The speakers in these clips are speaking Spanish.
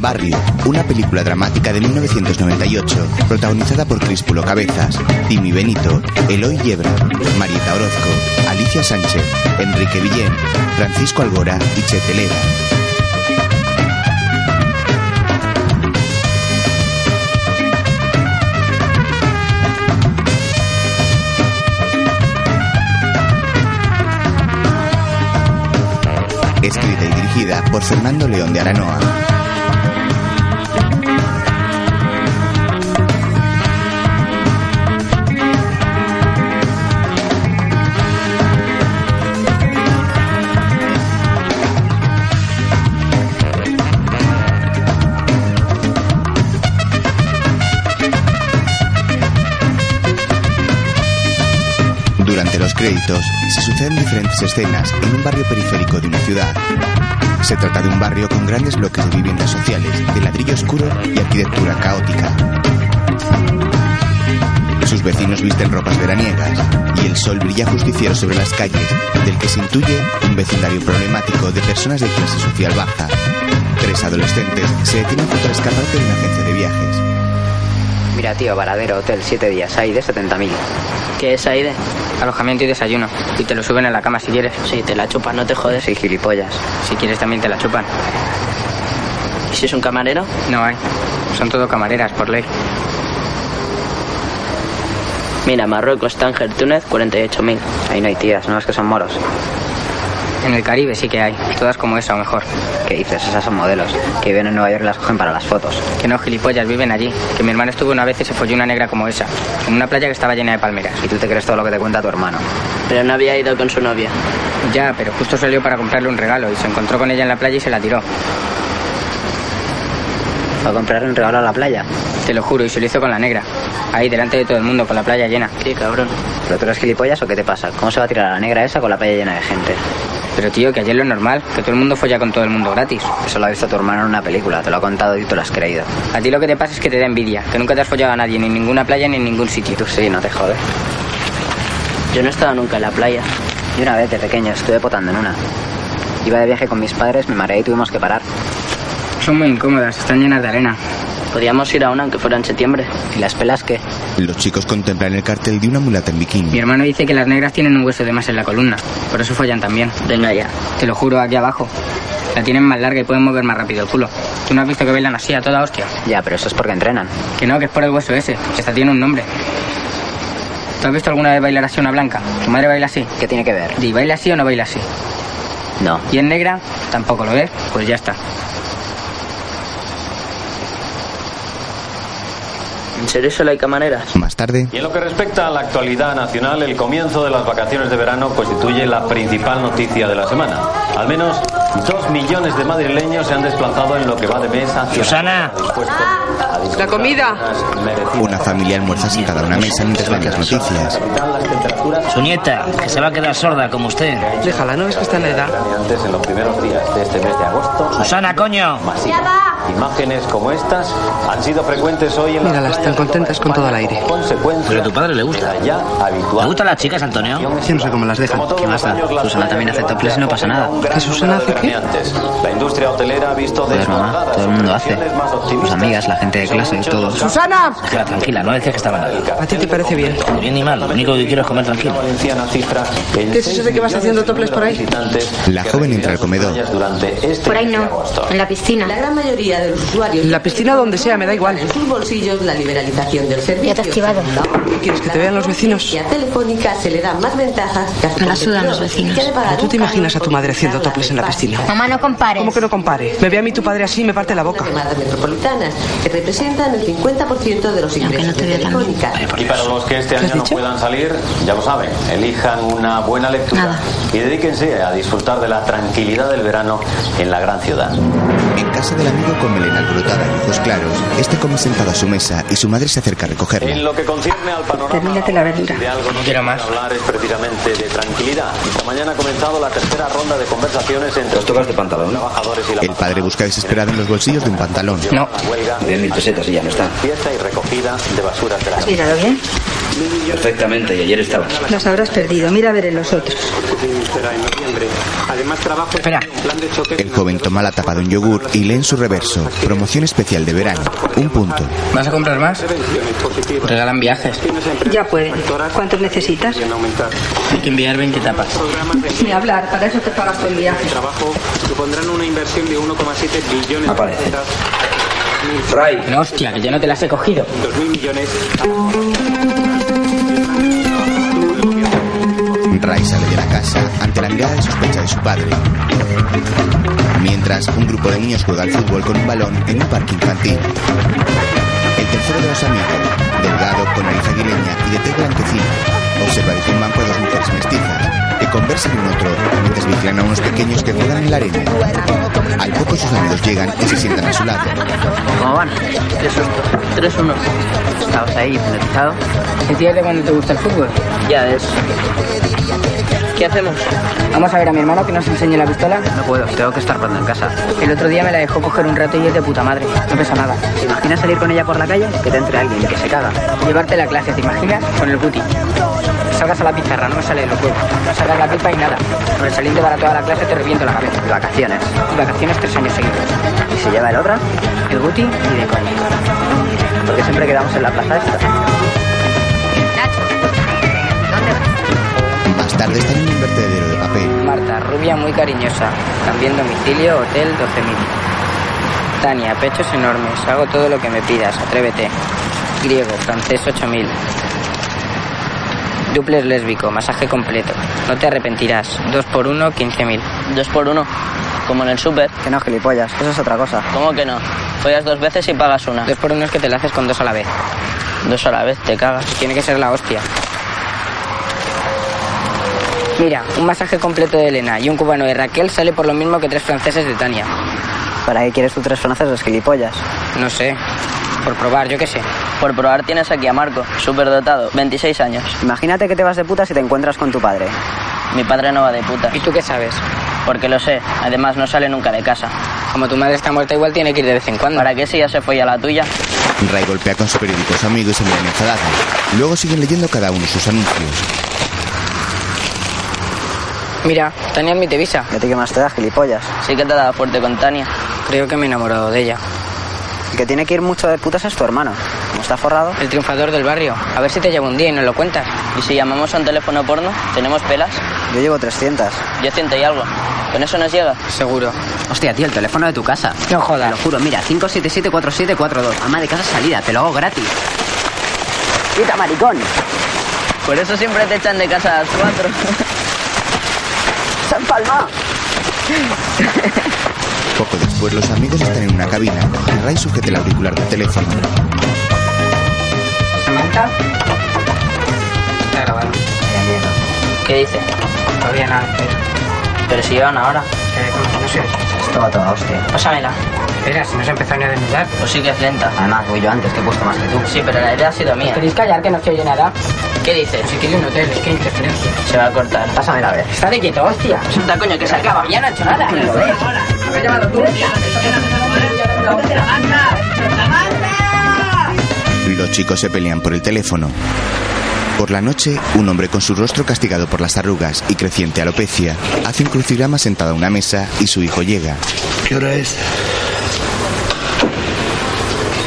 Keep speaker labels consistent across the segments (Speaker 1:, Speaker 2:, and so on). Speaker 1: Barrio, una película dramática de 1998, protagonizada por Críspulo Cabezas, Timmy Benito, Eloy Yebra, Marieta Orozco, Alicia Sánchez, Enrique Villén, Francisco Algora y Chetelera. Escrita y dirigida por Fernando León de Aranoa. Durante los créditos se suceden diferentes escenas en un barrio periférico de una ciudad. Se trata de un barrio con grandes bloques de viviendas sociales, de ladrillo oscuro y arquitectura caótica. Sus vecinos visten ropas veraniegas y el sol brilla justiciero sobre las calles, del que se intuye un vecindario problemático de personas de clase social baja. Tres adolescentes se detienen junto al escaparate de una agencia de viajes.
Speaker 2: Mira, tío, Varadero Hotel, 7 días, ahí de 70.000.
Speaker 3: ¿Qué es Aide?
Speaker 2: Alojamiento y desayuno. Y te lo suben en la cama si quieres.
Speaker 3: Sí, te la chupan, no te jodes.
Speaker 2: Sí, gilipollas. Si quieres también te la chupan.
Speaker 3: ¿Y si es un camarero?
Speaker 2: No hay. Son todo camareras, por ley.
Speaker 3: Mira, Marruecos, Tánger, Túnez, 48.000.
Speaker 2: Ahí no hay tías, no es que son moros. En el Caribe sí que hay. Todas como esa o mejor. ¿Qué dices? Esas son modelos. Que viven en Nueva York y las cogen para las fotos. Que no, gilipollas, viven allí. Que mi hermano estuvo una vez y se folló una negra como esa. En una playa que estaba llena de palmeras. Y tú te crees todo lo que te cuenta tu hermano.
Speaker 3: Pero no había ido con su novia.
Speaker 2: Ya, pero justo salió para comprarle un regalo y se encontró con ella en la playa y se la tiró.
Speaker 3: ¿Para comprarle un regalo a la playa?
Speaker 2: Te lo juro, y se lo hizo con la negra. Ahí, delante de todo el mundo, con la playa llena.
Speaker 3: Qué cabrón.
Speaker 2: ¿Pero tú eres gilipollas o qué te pasa? ¿Cómo se va a tirar a la negra esa con la playa llena de gente? Pero tío, que ayer lo normal, que todo el mundo folla con todo el mundo gratis. Eso lo ha visto tu hermano en una película, te lo ha contado y tú lo has creído. A ti lo que te pasa es que te da envidia, que nunca te has follado a nadie, ni en ninguna playa ni en ningún sitio. Tú sí, no te jodes.
Speaker 3: Yo no he estado nunca en la playa.
Speaker 2: Y una vez de pequeño estuve potando en una. Iba de viaje con mis padres, me mareé y tuvimos que parar. Son muy incómodas, están llenas de arena.
Speaker 3: Podíamos ir a una aunque fuera en septiembre.
Speaker 2: ¿Y las pelas qué?
Speaker 1: Los chicos contemplan el cartel de una mulata en bikini.
Speaker 2: Mi hermano dice que las negras tienen un hueso de más en la columna. Por eso follan también.
Speaker 3: Venga ya.
Speaker 2: Te lo juro, aquí abajo. La tienen más larga y pueden mover más rápido el culo. ¿Tú no has visto que bailan así a toda hostia?
Speaker 3: Ya, pero eso es porque entrenan.
Speaker 2: Que no, que es por el hueso ese. Esta tiene un nombre. ¿Tú has visto alguna vez bailar así una blanca? ¿Tu madre baila así?
Speaker 3: ¿Qué tiene que ver?
Speaker 2: Di, ¿baila así o no baila así?
Speaker 3: No.
Speaker 2: ¿Y es negra? Tampoco lo ves. Pues ya está.
Speaker 3: ¿En serio solo hay camareras?
Speaker 1: Más tarde,
Speaker 4: Y en lo que respecta a la actualidad nacional, el comienzo de las vacaciones de verano constituye la principal noticia de la semana. Al menos dos millones de madrileños se han desplazado en lo que va de mes hacia...
Speaker 5: Susana.
Speaker 4: dispuestos a disfrutar
Speaker 6: La comida.
Speaker 4: unas merecidas
Speaker 1: una familia almuerza sentada a una mesa mientras ven las noticias.
Speaker 4: capital, las temperaturas
Speaker 5: Su nieta, que se va a quedar sorda como usted.
Speaker 6: Déjala, ¿no ves que está en la edad?
Speaker 4: antes en los primeros días de este mes de agosto.
Speaker 5: Susana, coño.
Speaker 4: masiva. Imágenes como estas han sido frecuentes hoy en las
Speaker 6: Míralas,
Speaker 4: playas
Speaker 6: tan contentas
Speaker 4: de
Speaker 6: con todo el
Speaker 4: España
Speaker 6: aire.
Speaker 4: como consecuencia
Speaker 5: Pero a tu padre le gusta.
Speaker 4: de la ya habitual.
Speaker 5: ¿Te gustan las chicas, Antonio?
Speaker 6: Sí, no sé cómo las dejan.
Speaker 4: Como todos
Speaker 6: ¿Qué
Speaker 4: los
Speaker 6: pasa?
Speaker 4: años, las
Speaker 5: Susana también
Speaker 4: playas
Speaker 5: hace
Speaker 4: de
Speaker 5: topless y no
Speaker 4: Valencia acogen
Speaker 5: pasa nada.
Speaker 4: a un gran
Speaker 6: ¿Que Susana
Speaker 4: número de
Speaker 6: hace qué?
Speaker 4: veraneantes. La industria hotelera ha visto
Speaker 5: Joder, mamá,
Speaker 4: desbordadas
Speaker 5: todo el
Speaker 4: sus
Speaker 5: mundo hace.
Speaker 4: previsiones más
Speaker 5: Tus
Speaker 4: optimistas.
Speaker 5: amigas, la gente de
Speaker 4: Son
Speaker 5: clase,
Speaker 4: muchos
Speaker 5: todos.
Speaker 4: los
Speaker 6: ¡Susana!
Speaker 5: Tranquila, tranquila, no decías que estaba mal.
Speaker 6: ¿A ti te parece bien?
Speaker 5: Ni bien ni mal, lo único que quiero es comer tranquilo.
Speaker 4: Valenciana cifra en
Speaker 6: ¿Qué es eso de que vas
Speaker 4: 6
Speaker 6: haciendo
Speaker 4: millones el
Speaker 6: toples por
Speaker 4: número de
Speaker 6: ahí?
Speaker 4: visitantes
Speaker 1: La
Speaker 4: que
Speaker 1: joven entra al
Speaker 4: recibirán sus
Speaker 1: comedor.
Speaker 4: playas durante este
Speaker 7: Por ahí
Speaker 4: mes de
Speaker 7: no,
Speaker 4: agosto.
Speaker 7: en la piscina.
Speaker 8: La gran mayoría de los usuarios.
Speaker 6: La piscina donde sea, me da igual.
Speaker 8: En sus bolsillos la liberalización del servicio.
Speaker 7: te he activado.
Speaker 6: ¿Quieres que te vean los vecinos?
Speaker 8: Y a Telefónica se le dan más ventajas que a su
Speaker 7: Me la sudan los
Speaker 8: competición,
Speaker 7: vecinos.
Speaker 8: que ha de pagar
Speaker 6: Pero tú
Speaker 8: un
Speaker 6: te imaginas a
Speaker 8: canon
Speaker 6: tu
Speaker 8: por
Speaker 6: madre haciendo
Speaker 8: utilizar la
Speaker 6: toples en la
Speaker 8: red
Speaker 6: piscina.
Speaker 8: básica
Speaker 7: Mamá, no compares.
Speaker 6: ¿Cómo que no compare? Me ve a mí tu padre así y me parte la boca.
Speaker 8: de las metropolitanas, que representan el 50% de los
Speaker 7: No, que
Speaker 8: ingresos
Speaker 7: no te
Speaker 8: de
Speaker 7: veo tan bien.
Speaker 8: Telefónica.
Speaker 4: Y para los que este
Speaker 6: has
Speaker 4: año no
Speaker 6: dicho?
Speaker 4: puedan salir, ya lo saben, elijan una buena lectura
Speaker 7: Nada.
Speaker 4: y dedíquense a disfrutar de la tranquilidad del verano en la gran ciudad.
Speaker 1: En casa del amigo con melena alborotada y ojos claros, este come sentado a su mesa y su madre se acerca a
Speaker 4: En
Speaker 1: recogerla.
Speaker 4: lo que concierne al panorama
Speaker 7: Termínate la verdura.
Speaker 4: de algo no
Speaker 2: Quiero más.
Speaker 4: hablar es precisamente de tranquilidad. Esta mañana ha comenzado la tercera ronda de conversaciones entre los tocas de pantalón, trabajadores y la
Speaker 1: El padre busca desesperado en los bolsillos de un pantalón.
Speaker 2: No,
Speaker 4: huelga,
Speaker 9: mil pesetas y ya no está.
Speaker 4: fiesta y recogida de basuras de la
Speaker 7: ¿Has mirado bien? Perfectamente, y ayer estaba.
Speaker 9: Las habrás perdido. Mira a ver en los otros.
Speaker 5: Espera.
Speaker 1: El joven toma la tapa de un yogur y lee en su reverso. Promoción especial de verano. Un punto.
Speaker 2: ¿Vas a comprar más? Regalan viajes.
Speaker 9: Ya pueden. ¿Cuánto necesitas?
Speaker 2: Hay que enviar 20 tapas.
Speaker 9: Ni hablar. Para eso te pagas tu viaje.
Speaker 7: Aparece. Fry,
Speaker 2: No, hostia, que yo no te las he cogido.
Speaker 1: Ray sale de la casa ante la mirada de sospecha de su padre. Mientras, un grupo de niños juega al fútbol con un balón en un parque infantil. El tercero de los amigos, delgado, con nariz aguileña y de tez blanquecina, observa desde un banco a dos mujeres mestizas que conversan con otro mientras vigilan a unos pequeños que juegan en la arena. Al poco sus amigos llegan y se sientan a su lado.
Speaker 2: ¿Cómo van? 3-1. ¿Estabas ahí hipnotizado? ¿Entiendes cuando te gusta el fútbol?
Speaker 3: Ya es. ¿Qué hacemos?
Speaker 2: Vamos a ver a mi hermano que nos enseñe la pistola.
Speaker 3: No puedo, tengo que estar pronto en casa.
Speaker 2: El otro día me la dejó coger un rato y es de puta madre. No pesa nada.
Speaker 3: ¿Te imaginas salir con ella por la calle? Que te entre alguien y que se caga.
Speaker 2: Llevarte la clase, ¿te imaginas? Con el puti. Salgas a la pizarra, no me sale de los huevos. No salgas la pipa y nada. Con el saliente para toda la clase te reviento la cabeza.
Speaker 3: Y vacaciones.
Speaker 2: Y vacaciones tres años seguidos.
Speaker 3: ¿Y si lleva el otra?
Speaker 2: El guti y de coña.
Speaker 3: Porque siempre quedamos en la plaza esta.
Speaker 1: Más tarde están en un vertedero de papel.
Speaker 2: Marta, rubia muy cariñosa. También domicilio, hotel, 12.000. Tania, pechos enormes. Hago todo lo que me pidas, atrévete. Griego, francés, 8.000. Duples lésbico, masaje completo. No te arrepentirás. Dos por uno, 15.000.
Speaker 3: Dos por uno. Como en el súper.
Speaker 2: Que no, gilipollas. Eso es otra cosa.
Speaker 3: ¿Cómo que no? Follas dos veces y pagas una.
Speaker 2: Dos por uno es que te la haces con dos a la vez.
Speaker 3: Dos a la vez, te cagas.
Speaker 2: Tiene que ser la hostia. Mira, un masaje completo de Elena y un cubano de Raquel sale por lo mismo que tres franceses de Tania.
Speaker 3: ¿Para qué quieres tú tres franceses, gilipollas?
Speaker 2: No sé. Por probar, yo qué sé.
Speaker 3: Por probar tienes aquí a Marco, superdotado, 26 años. Imagínate que te vas de puta si te encuentras con tu padre. Mi padre no va de puta,
Speaker 2: ¿Y tú qué sabes?
Speaker 3: porque lo sé. Además no sale nunca de casa.
Speaker 2: Como tu madre está muerta, igual tiene que ir de vez en cuando.
Speaker 3: ¿Para qué si ya se fue a la tuya?
Speaker 1: Ray golpea con su periódico a su amigo y se mira enfadada. Luego siguen leyendo cada uno sus anuncios.
Speaker 2: Mira, Tania admite visa.
Speaker 3: ¿Y a ti qué más te da, gilipollas? Sí que te da fuerte con Tania.
Speaker 2: Creo que me he enamorado de ella.
Speaker 3: El que tiene que ir mucho de putas es tu hermano. ¿Cómo está forrado?
Speaker 2: El triunfador del barrio. A ver si te llevo un día y nos lo cuentas.
Speaker 3: ¿Y si llamamos a un teléfono porno? ¿Tenemos pelas? Yo llevo 300. Yo ciento y algo. ¿Con eso nos llega?
Speaker 2: Seguro.
Speaker 10: Hostia, tío, el teléfono de tu casa.
Speaker 2: No
Speaker 10: Te lo
Speaker 2: jodas.
Speaker 10: juro, mira, 5774742. Ama de casa salida, te lo hago gratis.
Speaker 3: ¡Quita, maricón! Por eso siempre te echan de casa a las cuatro. ¡San Palma!
Speaker 1: Poco después, los amigos están en una cabina y Ray sujeta el auricular del teléfono.
Speaker 2: ¿Samantha? Está grabando.
Speaker 3: ¿Qué dice?
Speaker 2: Todavía nada.
Speaker 3: Pero si llevan ahora.
Speaker 2: No sé.
Speaker 10: Esto va toda hostia.
Speaker 3: Pásamela.
Speaker 2: Espera, si no se empezó ni a desnudar.
Speaker 3: Pues sí que es lenta.
Speaker 10: Además, voy yo antes, que he puesto más que tú.
Speaker 3: Sí, pero la idea ha sido mía.
Speaker 2: ¿Queréis callar que no se oye nada?
Speaker 3: ¿Qué dices?
Speaker 2: Si tiene un hotel, es que hay interferencia.
Speaker 3: Se va a cortar.
Speaker 10: Pásame la vez.
Speaker 2: Está de quieto, hostia.
Speaker 3: Resulta coño que se acaba.
Speaker 2: Ya no he hecho nada. ¿Me has llamado tú?
Speaker 1: Los chicos se pelean por el teléfono. Por la noche, un hombre con su rostro castigado por las arrugas y creciente alopecia hace un crucigrama sentado a una mesa y su hijo llega.
Speaker 11: ¿Qué hora es?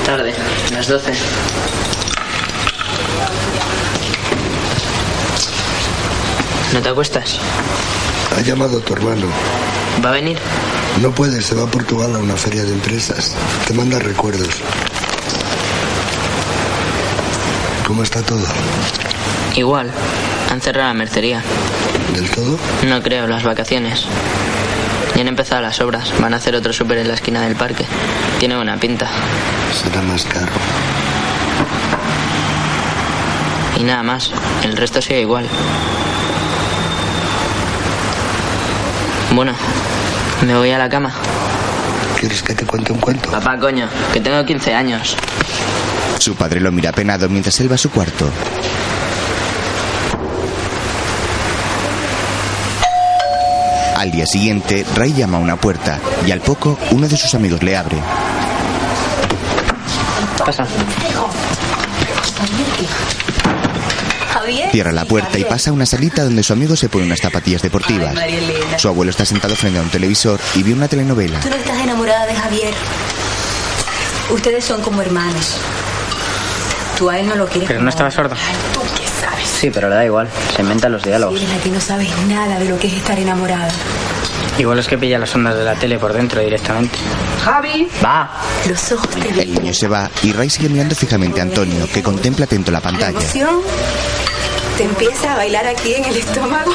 Speaker 3: Tarde, las 12. ¿No te acuestas?
Speaker 11: Ha llamado tu hermano.
Speaker 3: ¿Va a venir?
Speaker 11: No puede, se va a Portugal a una feria de empresas. Te manda recuerdos. ¿Cómo está todo?
Speaker 3: Igual. Han cerrado la mercería.
Speaker 11: ¿Del todo?
Speaker 3: No creo, las vacaciones. Ya han empezado las obras. Van a hacer otro súper en la esquina del parque. Tiene buena pinta.
Speaker 11: Será más caro.
Speaker 3: Y nada más. El resto sigue igual. Bueno, me voy a la cama.
Speaker 11: ¿Quieres que te cuente un cuento?
Speaker 3: Papá, coño, que tengo 15 años.
Speaker 1: Su padre lo mira penado mientras él va a su cuarto. Al día siguiente, Ray llama a una puerta y al poco uno de sus amigos le abre.
Speaker 3: Pasa.
Speaker 6: Javier.
Speaker 1: Cierra la puerta y pasa a una salita donde su amigo se pone unas zapatillas deportivas.
Speaker 6: Ay, María Elena.
Speaker 1: Su abuelo está sentado frente a un televisor y ve una telenovela.
Speaker 6: Tú no estás enamorada de Javier. Ustedes son como hermanos. Tú a él no lo quieres.
Speaker 2: Pero no estaba sordo.
Speaker 6: Sí,
Speaker 2: pero le da igual. Se inventan los diálogos.
Speaker 6: Eres la que no sabes nada de lo que es estar enamorada.
Speaker 2: Igual es que pilla las ondas de la tele por dentro directamente.
Speaker 6: Javi.
Speaker 2: Va.
Speaker 6: Los ojos te
Speaker 1: El niño se va y Ray sigue mirando fijamente a Antonio, que contempla atento la
Speaker 6: La
Speaker 1: pantalla.
Speaker 6: emoción te empieza a bailar aquí en el estómago.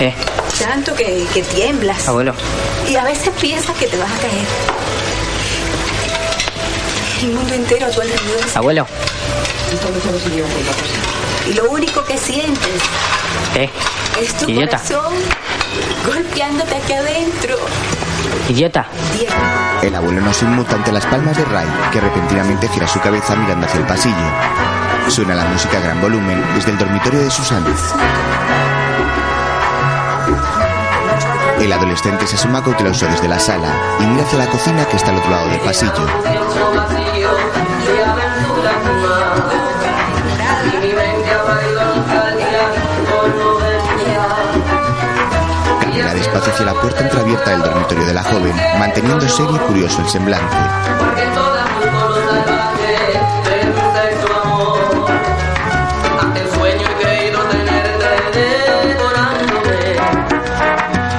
Speaker 2: Eh,
Speaker 6: Tanto que, que tiemblas.
Speaker 2: abuelo.
Speaker 6: Y a veces piensas que te vas a caer. El mundo entero a tu alrededor.
Speaker 2: Abuelo.
Speaker 6: Y lo único que sientes
Speaker 2: Eh,
Speaker 6: es tu
Speaker 2: Idiota.
Speaker 6: corazón golpeándote aquí adentro.
Speaker 2: idiota.
Speaker 1: El abuelo no se inmuta ante las palmas de Ray, que repentinamente gira su cabeza mirando hacia el pasillo. Suena la música a gran volumen desde el dormitorio de Susana. El adolescente se asoma cauteloso desde la sala y mira hacia la cocina que está al otro lado del pasillo. Camina despacio hacia la puerta entreabierta del dormitorio de la joven, manteniendo serio y curioso el semblante.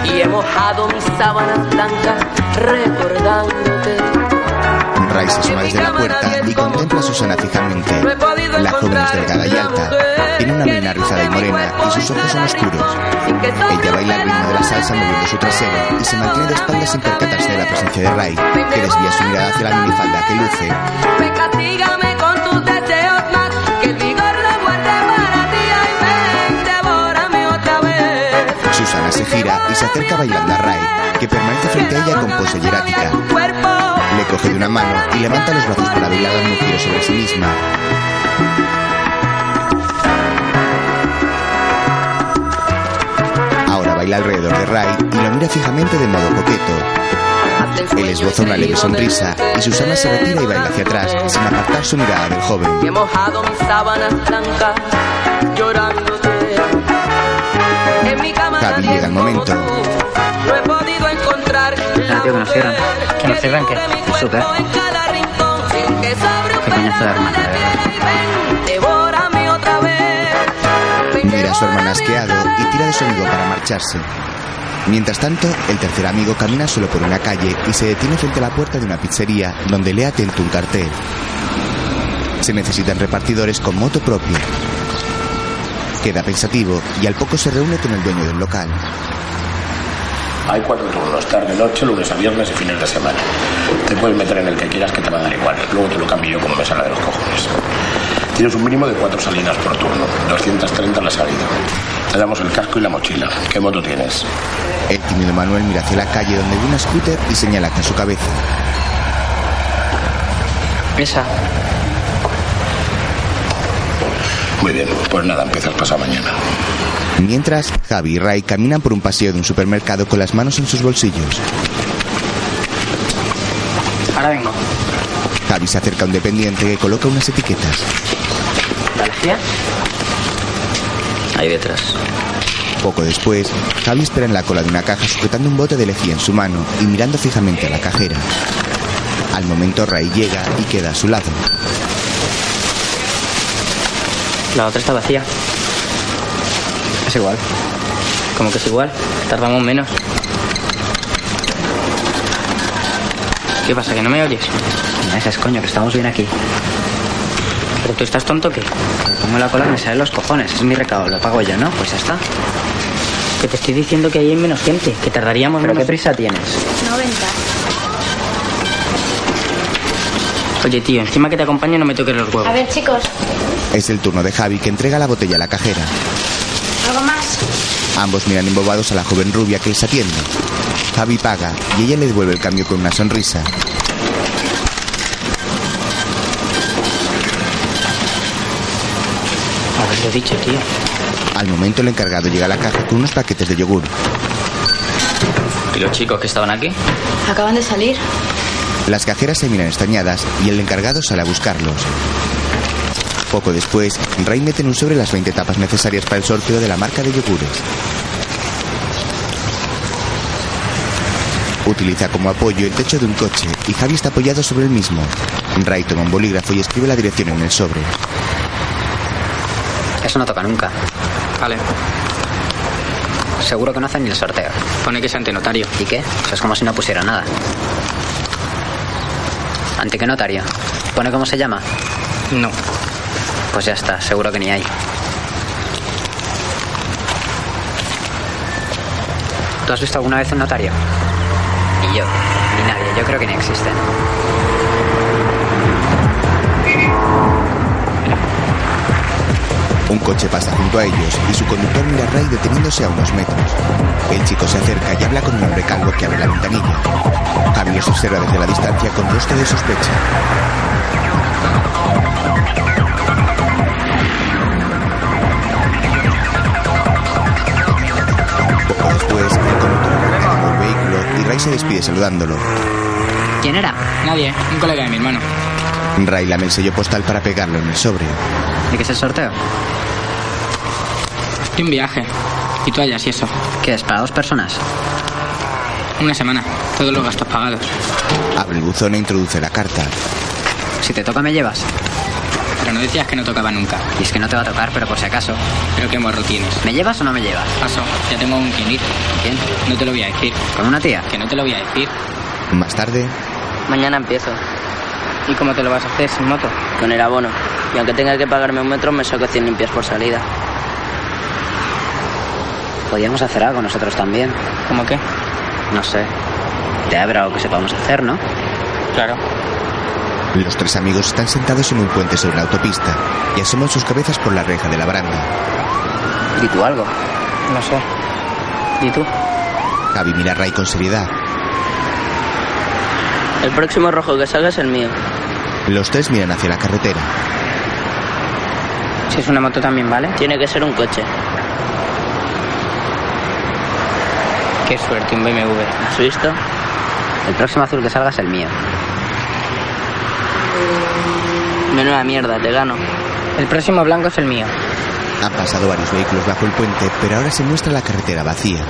Speaker 12: Y he mojado mis sábanas blancas recordándote.
Speaker 1: Ray se asoma desde la puerta y contempla a Susana fijamente. La joven es delgada y alta, tiene una melena rizada y morena y sus ojos son oscuros. Ella baila al ritmo de la salsa moviendo su trasero y se mantiene de espaldas sin percatarse de la presencia de Ray, que desvía su mirada hacia la minifalda que luce.
Speaker 12: Ven, castígame con tus deseos más. Que el vigor lo guarde para ti. Ay, ven, devórame otra vez.
Speaker 1: Susana se gira y se acerca bailando a Ray, que permanece frente a ella con pose hierática. Le coge de una mano y levanta los brazos para bailar un giro sobre sí misma. Ahora baila alrededor de Ray y lo mira fijamente de modo coqueto. Él esboza una leve sonrisa y Susana se retira y baila hacia atrás sin apartar su mirada del joven.
Speaker 12: Y he mojado mis sábanas blancas llorándote. En mi cama
Speaker 1: Javi
Speaker 12: nadie
Speaker 1: llega el momento.
Speaker 12: no he podido encontrar la
Speaker 2: que nos cierran. Que nos cierran, que. Súper.
Speaker 12: que sobre
Speaker 2: Qué coñazo de hermana, de verdad.
Speaker 12: devórame otra vez.
Speaker 1: Mira a su hermano asqueado y tira de su amigo para marcharse. Mientras tanto, el tercer amigo camina solo por una calle y se detiene frente a la puerta de una pizzería donde lee atento un cartel. Se necesitan repartidores con moto propia. Queda pensativo y al poco se reúne con el dueño del local.
Speaker 4: Hay cuatro turnos, tarde, noche, lunes a viernes y fines de semana. Te puedes meter en el que quieras que te va a dar igual. Luego te lo cambio yo como me sale de los cojones. Tienes un mínimo de cuatro salidas por turno, 230 la salida. Te damos el casco y la mochila. ¿Qué moto tienes?
Speaker 1: El tímido Manuel mira hacia la calle donde ve una scooter y señala con su cabeza.
Speaker 2: Esa.
Speaker 4: Muy bien, pues nada, empiezas pasado mañana.
Speaker 1: Mientras, Javi y Ray caminan por un paseo de un supermercado con las manos en sus bolsillos.
Speaker 2: Ahora vengo.
Speaker 1: Javi se acerca a un dependiente que coloca unas etiquetas.
Speaker 2: ¿La lejía?
Speaker 1: Ahí detrás. Poco después, Javi espera en la cola de una caja sujetando un bote de lejía en su mano y mirando fijamente a la cajera. Al momento Ray llega y queda a su lado.
Speaker 2: La otra está vacía. Es igual. Como que es igual. Tardamos menos. ¿Qué pasa? ¿Que no me oyes? No es coño, que estamos bien aquí. ¿Pero tú estás tonto o qué? Pongo la cola, me salen los cojones. Es mi recado, lo pago yo, ¿no? Pues ya está. Que te estoy diciendo que ahí hay menos gente, que tardaríamos ¿Pero qué prisa tienes?
Speaker 6: 90.
Speaker 2: Oye, tío, encima que te acompañe no me toques los huevos.
Speaker 6: A ver, chicos,
Speaker 1: Es el turno de Javi que entrega la botella a la cajera.
Speaker 6: algo más.
Speaker 1: Ambos miran embobados a la joven rubia que les atiende. Javi paga y ella le devuelve el cambio con una sonrisa.
Speaker 2: Haberlo dicho, tío.
Speaker 1: Al momento el encargado llega a la caja con unos paquetes de yogur.
Speaker 13: ¿Y los chicos que estaban aquí?
Speaker 6: Acaban de salir.
Speaker 1: Las cajeras se miran extrañadas y el encargado sale a buscarlos. Poco después, Ray mete en un sobre las 20 tapas necesarias para el sorteo de la marca de yogures. Utiliza como apoyo el techo de un coche y Javi está apoyado sobre el mismo. Ray toma un bolígrafo y escribe la dirección en el sobre.
Speaker 2: Eso no toca nunca. Vale. Seguro que no hacen ni el sorteo. Pone que es ante notario. ¿Y qué? Eso es como si no pusiera nada. ¿Ante qué notario? ¿Pone cómo se llama? No. Pues ya está, seguro que ni hay. ¿Tú has visto alguna vez un notario? Ni yo, ni nadie. Yo creo que ni existen.
Speaker 1: Un coche pasa junto a ellos y su conductor mira a Ray deteniéndose a unos metros. El chico se acerca y habla con un hombre calvo que abre la ventanilla. Javi los observa desde la distancia con rostro de sospecha. Poco después, el conductor arranca el vehículo y Ray se despide saludándolo.
Speaker 2: ¿Quién era? Nadie, un colega de mi hermano.
Speaker 1: Ray lame el sello postal para pegarlo en el sobre.
Speaker 2: ¿De qué es el sorteo? Y un viaje. Y toallas y eso. ¿Qué es? ¿Para dos personas? Una semana. Todos los gastos pagados.
Speaker 1: Abre el buzón e introduce la carta.
Speaker 2: Si te toca, me llevas. Pero no decías que no tocaba nunca. Y es que no te va a tocar, pero por si acaso. Pero qué morro tienes. ¿Me llevas o no me llevas? Paso. Ya tengo un quien ir. ¿Quién? No te lo voy a decir.
Speaker 10: ¿Con una tía?
Speaker 2: Que no te lo voy a decir.
Speaker 1: Más tarde,
Speaker 3: Mañana empiezo. ¿Y cómo te lo vas a hacer sin moto? Con el abono. Y aunque tenga que pagarme un metro, me saco 100 limpias por salida.
Speaker 2: Podríamos hacer algo nosotros también. ¿Cómo qué? No sé. Te habrá algo que sepamos hacer, ¿no? Claro.
Speaker 1: los tres amigos están sentados en un puente sobre la autopista y asoman sus cabezas por la reja de la baranda.
Speaker 2: ¿Y tú algo? No sé. ¿Y tú?
Speaker 1: Javi mira a Ray con seriedad.
Speaker 3: El próximo rojo que salga es el mío.
Speaker 1: Los tres miran hacia la carretera.
Speaker 3: Si es una moto también, ¿vale? Tiene que ser un coche.
Speaker 2: Qué suerte, un BMW. ¿Has visto? El próximo azul que salga es el mío.
Speaker 3: Menuda mierda, te gano.
Speaker 2: El próximo blanco es el mío.
Speaker 1: Han pasado varios vehículos bajo el puente, pero ahora se muestra la carretera vacía.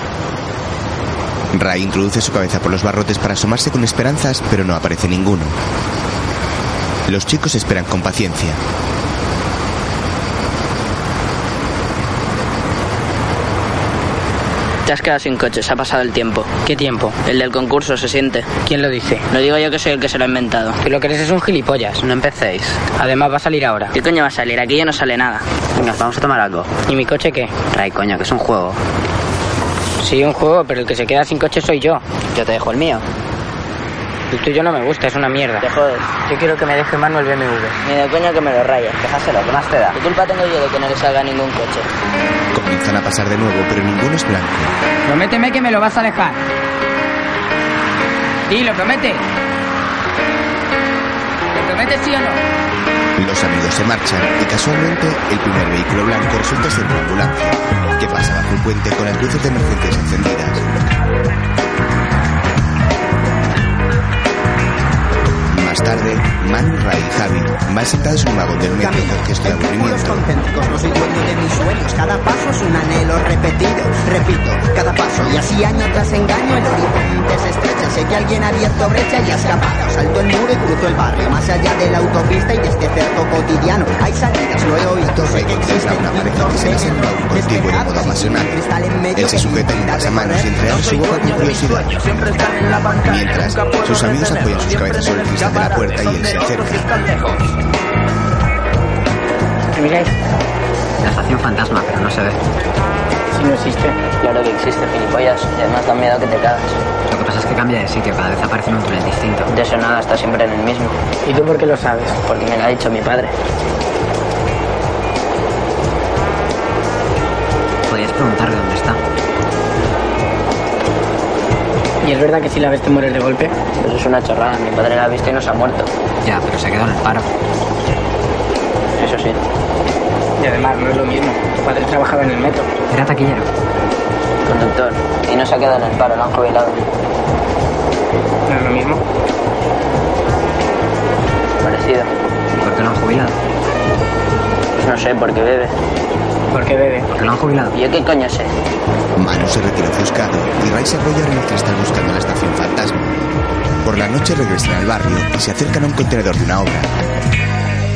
Speaker 1: Ray introduce su cabeza por los barrotes para asomarse con esperanzas, pero no aparece ninguno. Los chicos esperan con paciencia.
Speaker 3: Te has quedado sin coche, se ha pasado el tiempo. ¿Qué tiempo? El del concurso se siente. ¿Quién lo dice? Lo digo yo que soy el que se lo ha inventado.
Speaker 2: Tú lo que eres es un gilipollas, no empecéis. Además va a salir ahora.
Speaker 3: ¿Qué coño va a salir? Aquí ya no sale nada.
Speaker 2: Venga, vamos a tomar algo. ¿Y mi coche qué? Ray, coño, que es un juego. Sí, un juego, pero el que se queda sin coche soy yo. Yo te dejo el mío. El tuyo no me gusta, es una mierda.
Speaker 3: Te jodes.
Speaker 2: Yo quiero que me deje mano el BMW.
Speaker 3: Ni de coña que me lo rayes.
Speaker 2: Déjaselo, ¿qué más te da?
Speaker 3: ¿Qué culpa tengo yo de que no le salga ningún coche?
Speaker 1: Comienzan a pasar de nuevo, pero ninguno es blanco.
Speaker 2: Prométeme que me lo vas a dejar. Sí, lo promete. ¿Lo promete sí o no?
Speaker 1: Los amigos se marchan y casualmente el primer vehículo blanco resulta ser una ambulancia, que pasa bajo el puente con las luces de emergencias encendidas. Más tarde, Manu, Ray y Javi van sentados en un vagón del metro con gesto de aburrimiento.
Speaker 14: Concéntricos, no soy dueño de mis sueños. Cada paso es un anhelo repetido. Repito, cada paso y así año tras engaño el horizonte se estrecha. Sé que alguien ha abierto brecha y ha escapado. Saltó el muro y cruzó el barrio. Más allá de la autopista y de este cerco cotidiano. Hay salidas, lo he oído, sé que
Speaker 1: Entra
Speaker 14: existen.
Speaker 1: una pareja que se besa en un vagón contigo de modo apasionado. Él se sujeta en un pasamanos y entreabre su boca con curiosidad. Mientras, sus amigos apoyan sus cabezas sobre el cristal de la puerta y él se acerca.
Speaker 2: miráis? La estación fantasma, pero no se ve.
Speaker 3: Si no existe. Claro que existe, gilipollas. Y además da miedo que te cagas.
Speaker 2: Lo que pasa es que cambia de sitio, cada vez aparece en un túnel distinto.
Speaker 3: De eso nada, está siempre en el mismo.
Speaker 2: ¿Y tú por qué lo sabes?
Speaker 3: Porque me lo ha dicho mi padre.
Speaker 2: Podrías preguntarle dónde está.
Speaker 3: ¿Y es verdad que si la ves te mueres de golpe? Eso es una chorrada. Mi padre la ha visto y no se ha muerto.
Speaker 2: Ya, pero se ha quedado en el paro.
Speaker 3: Eso sí.
Speaker 2: Y además, no es lo mismo. Tu padre trabajaba en el metro. Era taquillero.
Speaker 3: Conductor. Y no se ha quedado en el paro, lo han jubilado.
Speaker 2: No es lo mismo.
Speaker 3: Parecido.
Speaker 2: ¿Por qué lo han jubilado?
Speaker 3: Pues no sé, ¿por qué bebe? ¿Por qué bebe? Porque lo han jubilado. ¿Yo qué coño sé?
Speaker 1: Manu se retira ofuscado y Ray se apoya en el cristal buscando la estación fantasma. Por la noche regresan al barrio y se acercan a un contenedor de una obra.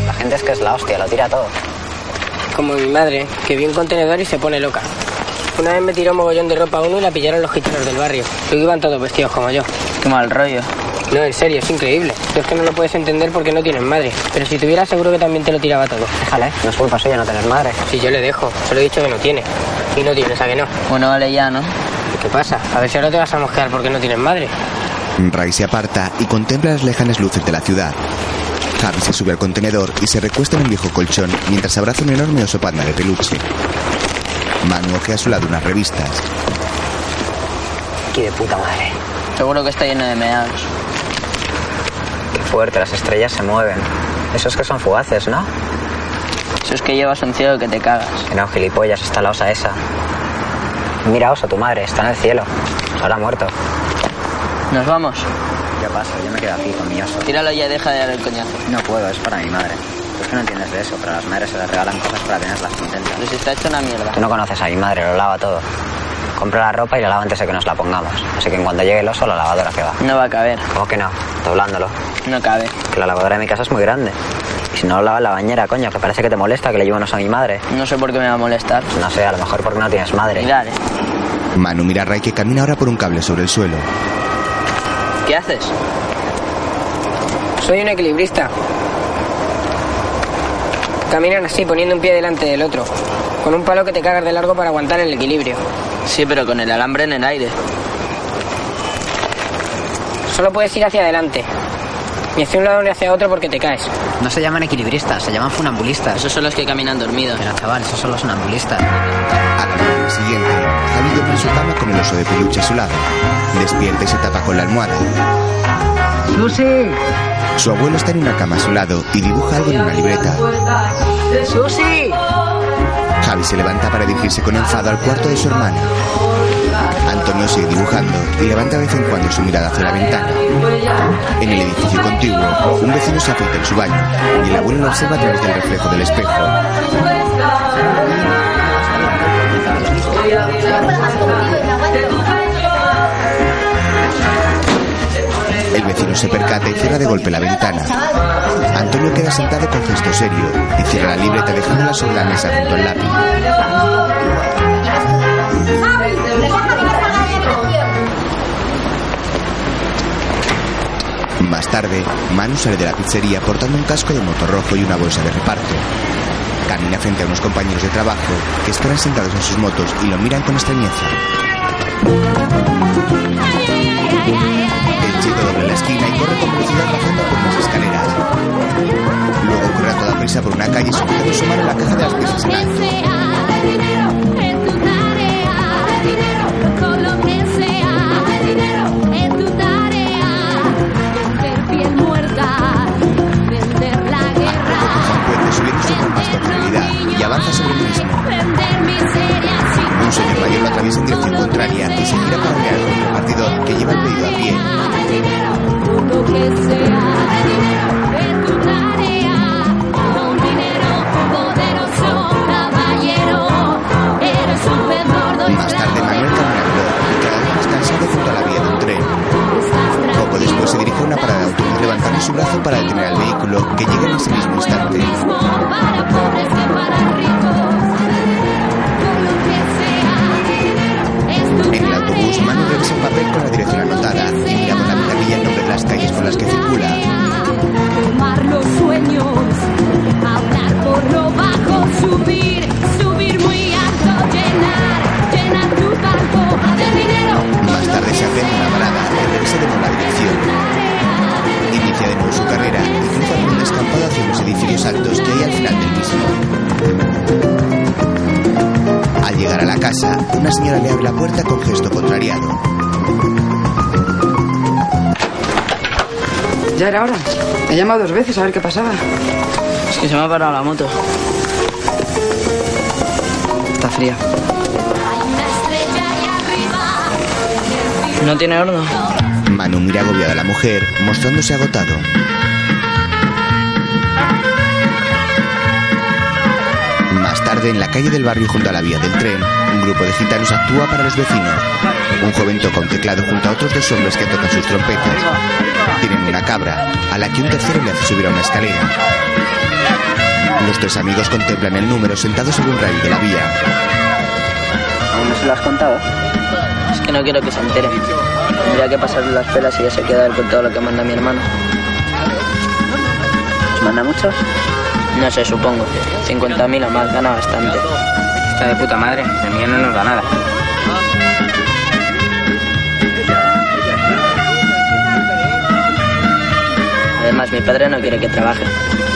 Speaker 10: La gente es que es la hostia, lo tira todo.
Speaker 2: Como mi madre, que vio un contenedor y se pone loca. Una vez me tiró mogollón de ropa a uno y la pillaron los gitanos del barrio. Y iban todos vestidos como yo.
Speaker 3: Qué mal rollo.
Speaker 2: No, en serio, es increíble. Tú es que no lo puedes entender porque no tienes madre. Pero si tuviera, seguro que también te lo tiraba todo.
Speaker 10: Déjala, ¿eh? No es culpa suya no tener madre.
Speaker 2: Si yo le dejo, se lo he dicho que no tiene. Y no tienes, ¿a que no?
Speaker 3: Bueno, vale ya, ¿no?
Speaker 2: ¿Qué pasa? A ver si ahora te vas a mosquear porque no tienes madre.
Speaker 1: Ray se aparta y contempla las lejanas luces de la ciudad. Javi se sube al contenedor y se recuesta en un viejo colchón mientras abraza un enorme oso panda de peluche. Manu ojea a su lado unas revistas.
Speaker 10: Qué de puta madre.
Speaker 3: Seguro que está lleno de meados.
Speaker 10: Qué fuerte, las estrellas se mueven. Esos que son fugaces, ¿no?
Speaker 3: Eso es que llevas un cielo que te cagas.
Speaker 10: Que no, gilipollas, está la osa esa. Mira, osa, tu madre, está en el cielo. Ahora ha muerto.
Speaker 3: Nos vamos.
Speaker 10: Yo paso, yo me quedo aquí con mi oso.
Speaker 3: Tíralo ya y deja de dar el coñazo.
Speaker 10: No puedo, es para mi madre. Tú es que no entiendes de eso, pero a las madres se les regalan cosas para tenerlas contentas.
Speaker 3: Pues está hecho una mierda.
Speaker 10: Tú no conoces a mi madre, lo lava todo. Compra la ropa y la lava antes de que nos la pongamos. Así que en cuanto llegue el oso, la lavadora que va.
Speaker 3: No va a caber.
Speaker 10: ¿Cómo que no? Doblándolo.
Speaker 3: No cabe.
Speaker 10: Que la lavadora de mi casa es muy grande. Y si no lo lava en la bañera, coño, que parece que te molesta que le llevo un oso a mi madre.
Speaker 3: No sé por qué me va a molestar.
Speaker 10: Pues no sé, a lo mejor porque no tienes madre.
Speaker 3: Y dale.
Speaker 1: Manu mira a Ray que camina ahora por un cable sobre el suelo.
Speaker 3: ¿Qué haces?
Speaker 2: Soy un equilibrista. Caminan así, poniendo un pie delante del otro. Con un palo que te cagas de largo para aguantar el equilibrio.
Speaker 3: Sí, pero con el alambre en el aire.
Speaker 2: Solo puedes ir hacia adelante. Ni hacia un lado ni hacia otro porque te caes.
Speaker 15: No se llaman equilibristas, se llaman funambulistas.
Speaker 3: Esos son los que caminan dormidos.
Speaker 15: Pero chaval, esos son los funambulistas.
Speaker 1: A la mañana siguiente, Javi duerme en su cama con el oso de peluche a su lado. Despierta y se tapa con la almohada.
Speaker 16: Susi,
Speaker 1: Su abuelo está en una cama a su lado y dibuja algo en una libreta.
Speaker 16: Susi.
Speaker 1: Javi se levanta para dirigirse con enfado al cuarto de su hermana. Antonio sigue dibujando y levanta de vez en cuando su mirada hacia la ventana. En el edificio contiguo, un vecino se aprieta en su baño y el abuelo lo observa a través del reflejo del espejo. El vecino se percata y cierra de golpe la ventana. Antonio queda sentado con gesto serio y cierra la libreta dejándola sobre la mesa junto al lápiz. Más tarde, Manu sale de la pizzería portando un casco de motor rojo y una bolsa de reparto. Camina frente a unos compañeros de trabajo que esperan sentados en sus motos y lo miran con extrañeza. El chico dobla la esquina y corre con velocidad bajando por unas escaleras. Luego corre a toda prisa por una calle sujetando su mano a la caja de las piezas en alto. Luego cruza un puente subiendo su compás con agilidad y avanza sobre el mismo. Un señor mayor lo atraviesa en dirección contraria y se gira para mirar con el repartidor que lleva el pedido a pie. Más tarde, Manuel camina veloz y cada vez más cansado junto a la vía de un tren. Poco después se dirige a una parada de autobús levantando su brazo para detener al vehículo que llega en ese mismo instante. En el autobús, Manu revisa el papel con la dirección anotada y mira por la ventanilla el nombre de las calles por las que circula.
Speaker 12: Tomar los sueños, hablar por lo bajo, subir, subir muy alto, llenar, llenar tu barco de dinero.
Speaker 1: Más tarde se acerca una parada y revisa de nuevo la dirección. Inicia de nuevo su carrera y cruza por un descampado hacia los edificios altos que hay al final del mismo. Al llegar a la casa, una señora le abre la puerta con gesto contrariado.
Speaker 6: Ya era hora. He llamado dos veces a ver qué pasaba.
Speaker 3: Es que se me ha parado la moto.
Speaker 6: Está fría.
Speaker 3: No tiene horno.
Speaker 1: Manu mira agobiada a la mujer, mostrándose agotado. tarde, en la calle del barrio junto a la vía del tren, un grupo de gitanos actúa para los vecinos. Un joven toca un teclado junto a otros dos hombres que tocan sus trompetas. Tienen una cabra, a la que un tercero le hace subir a una escalera. Los tres amigos contemplan el número sentados en un rail de la vía.
Speaker 3: ¿Aún no se lo has contado? Es que no quiero que se enteren. Tendría que pasarle las pelas y ya se queda él con todo lo que manda mi hermano. ¿Os manda mucho? No sé, supongo. 50.000 o más, gana bastante.
Speaker 2: Está de puta madre, el mío no nos da nada.
Speaker 3: Además, mi padre no quiere que trabaje.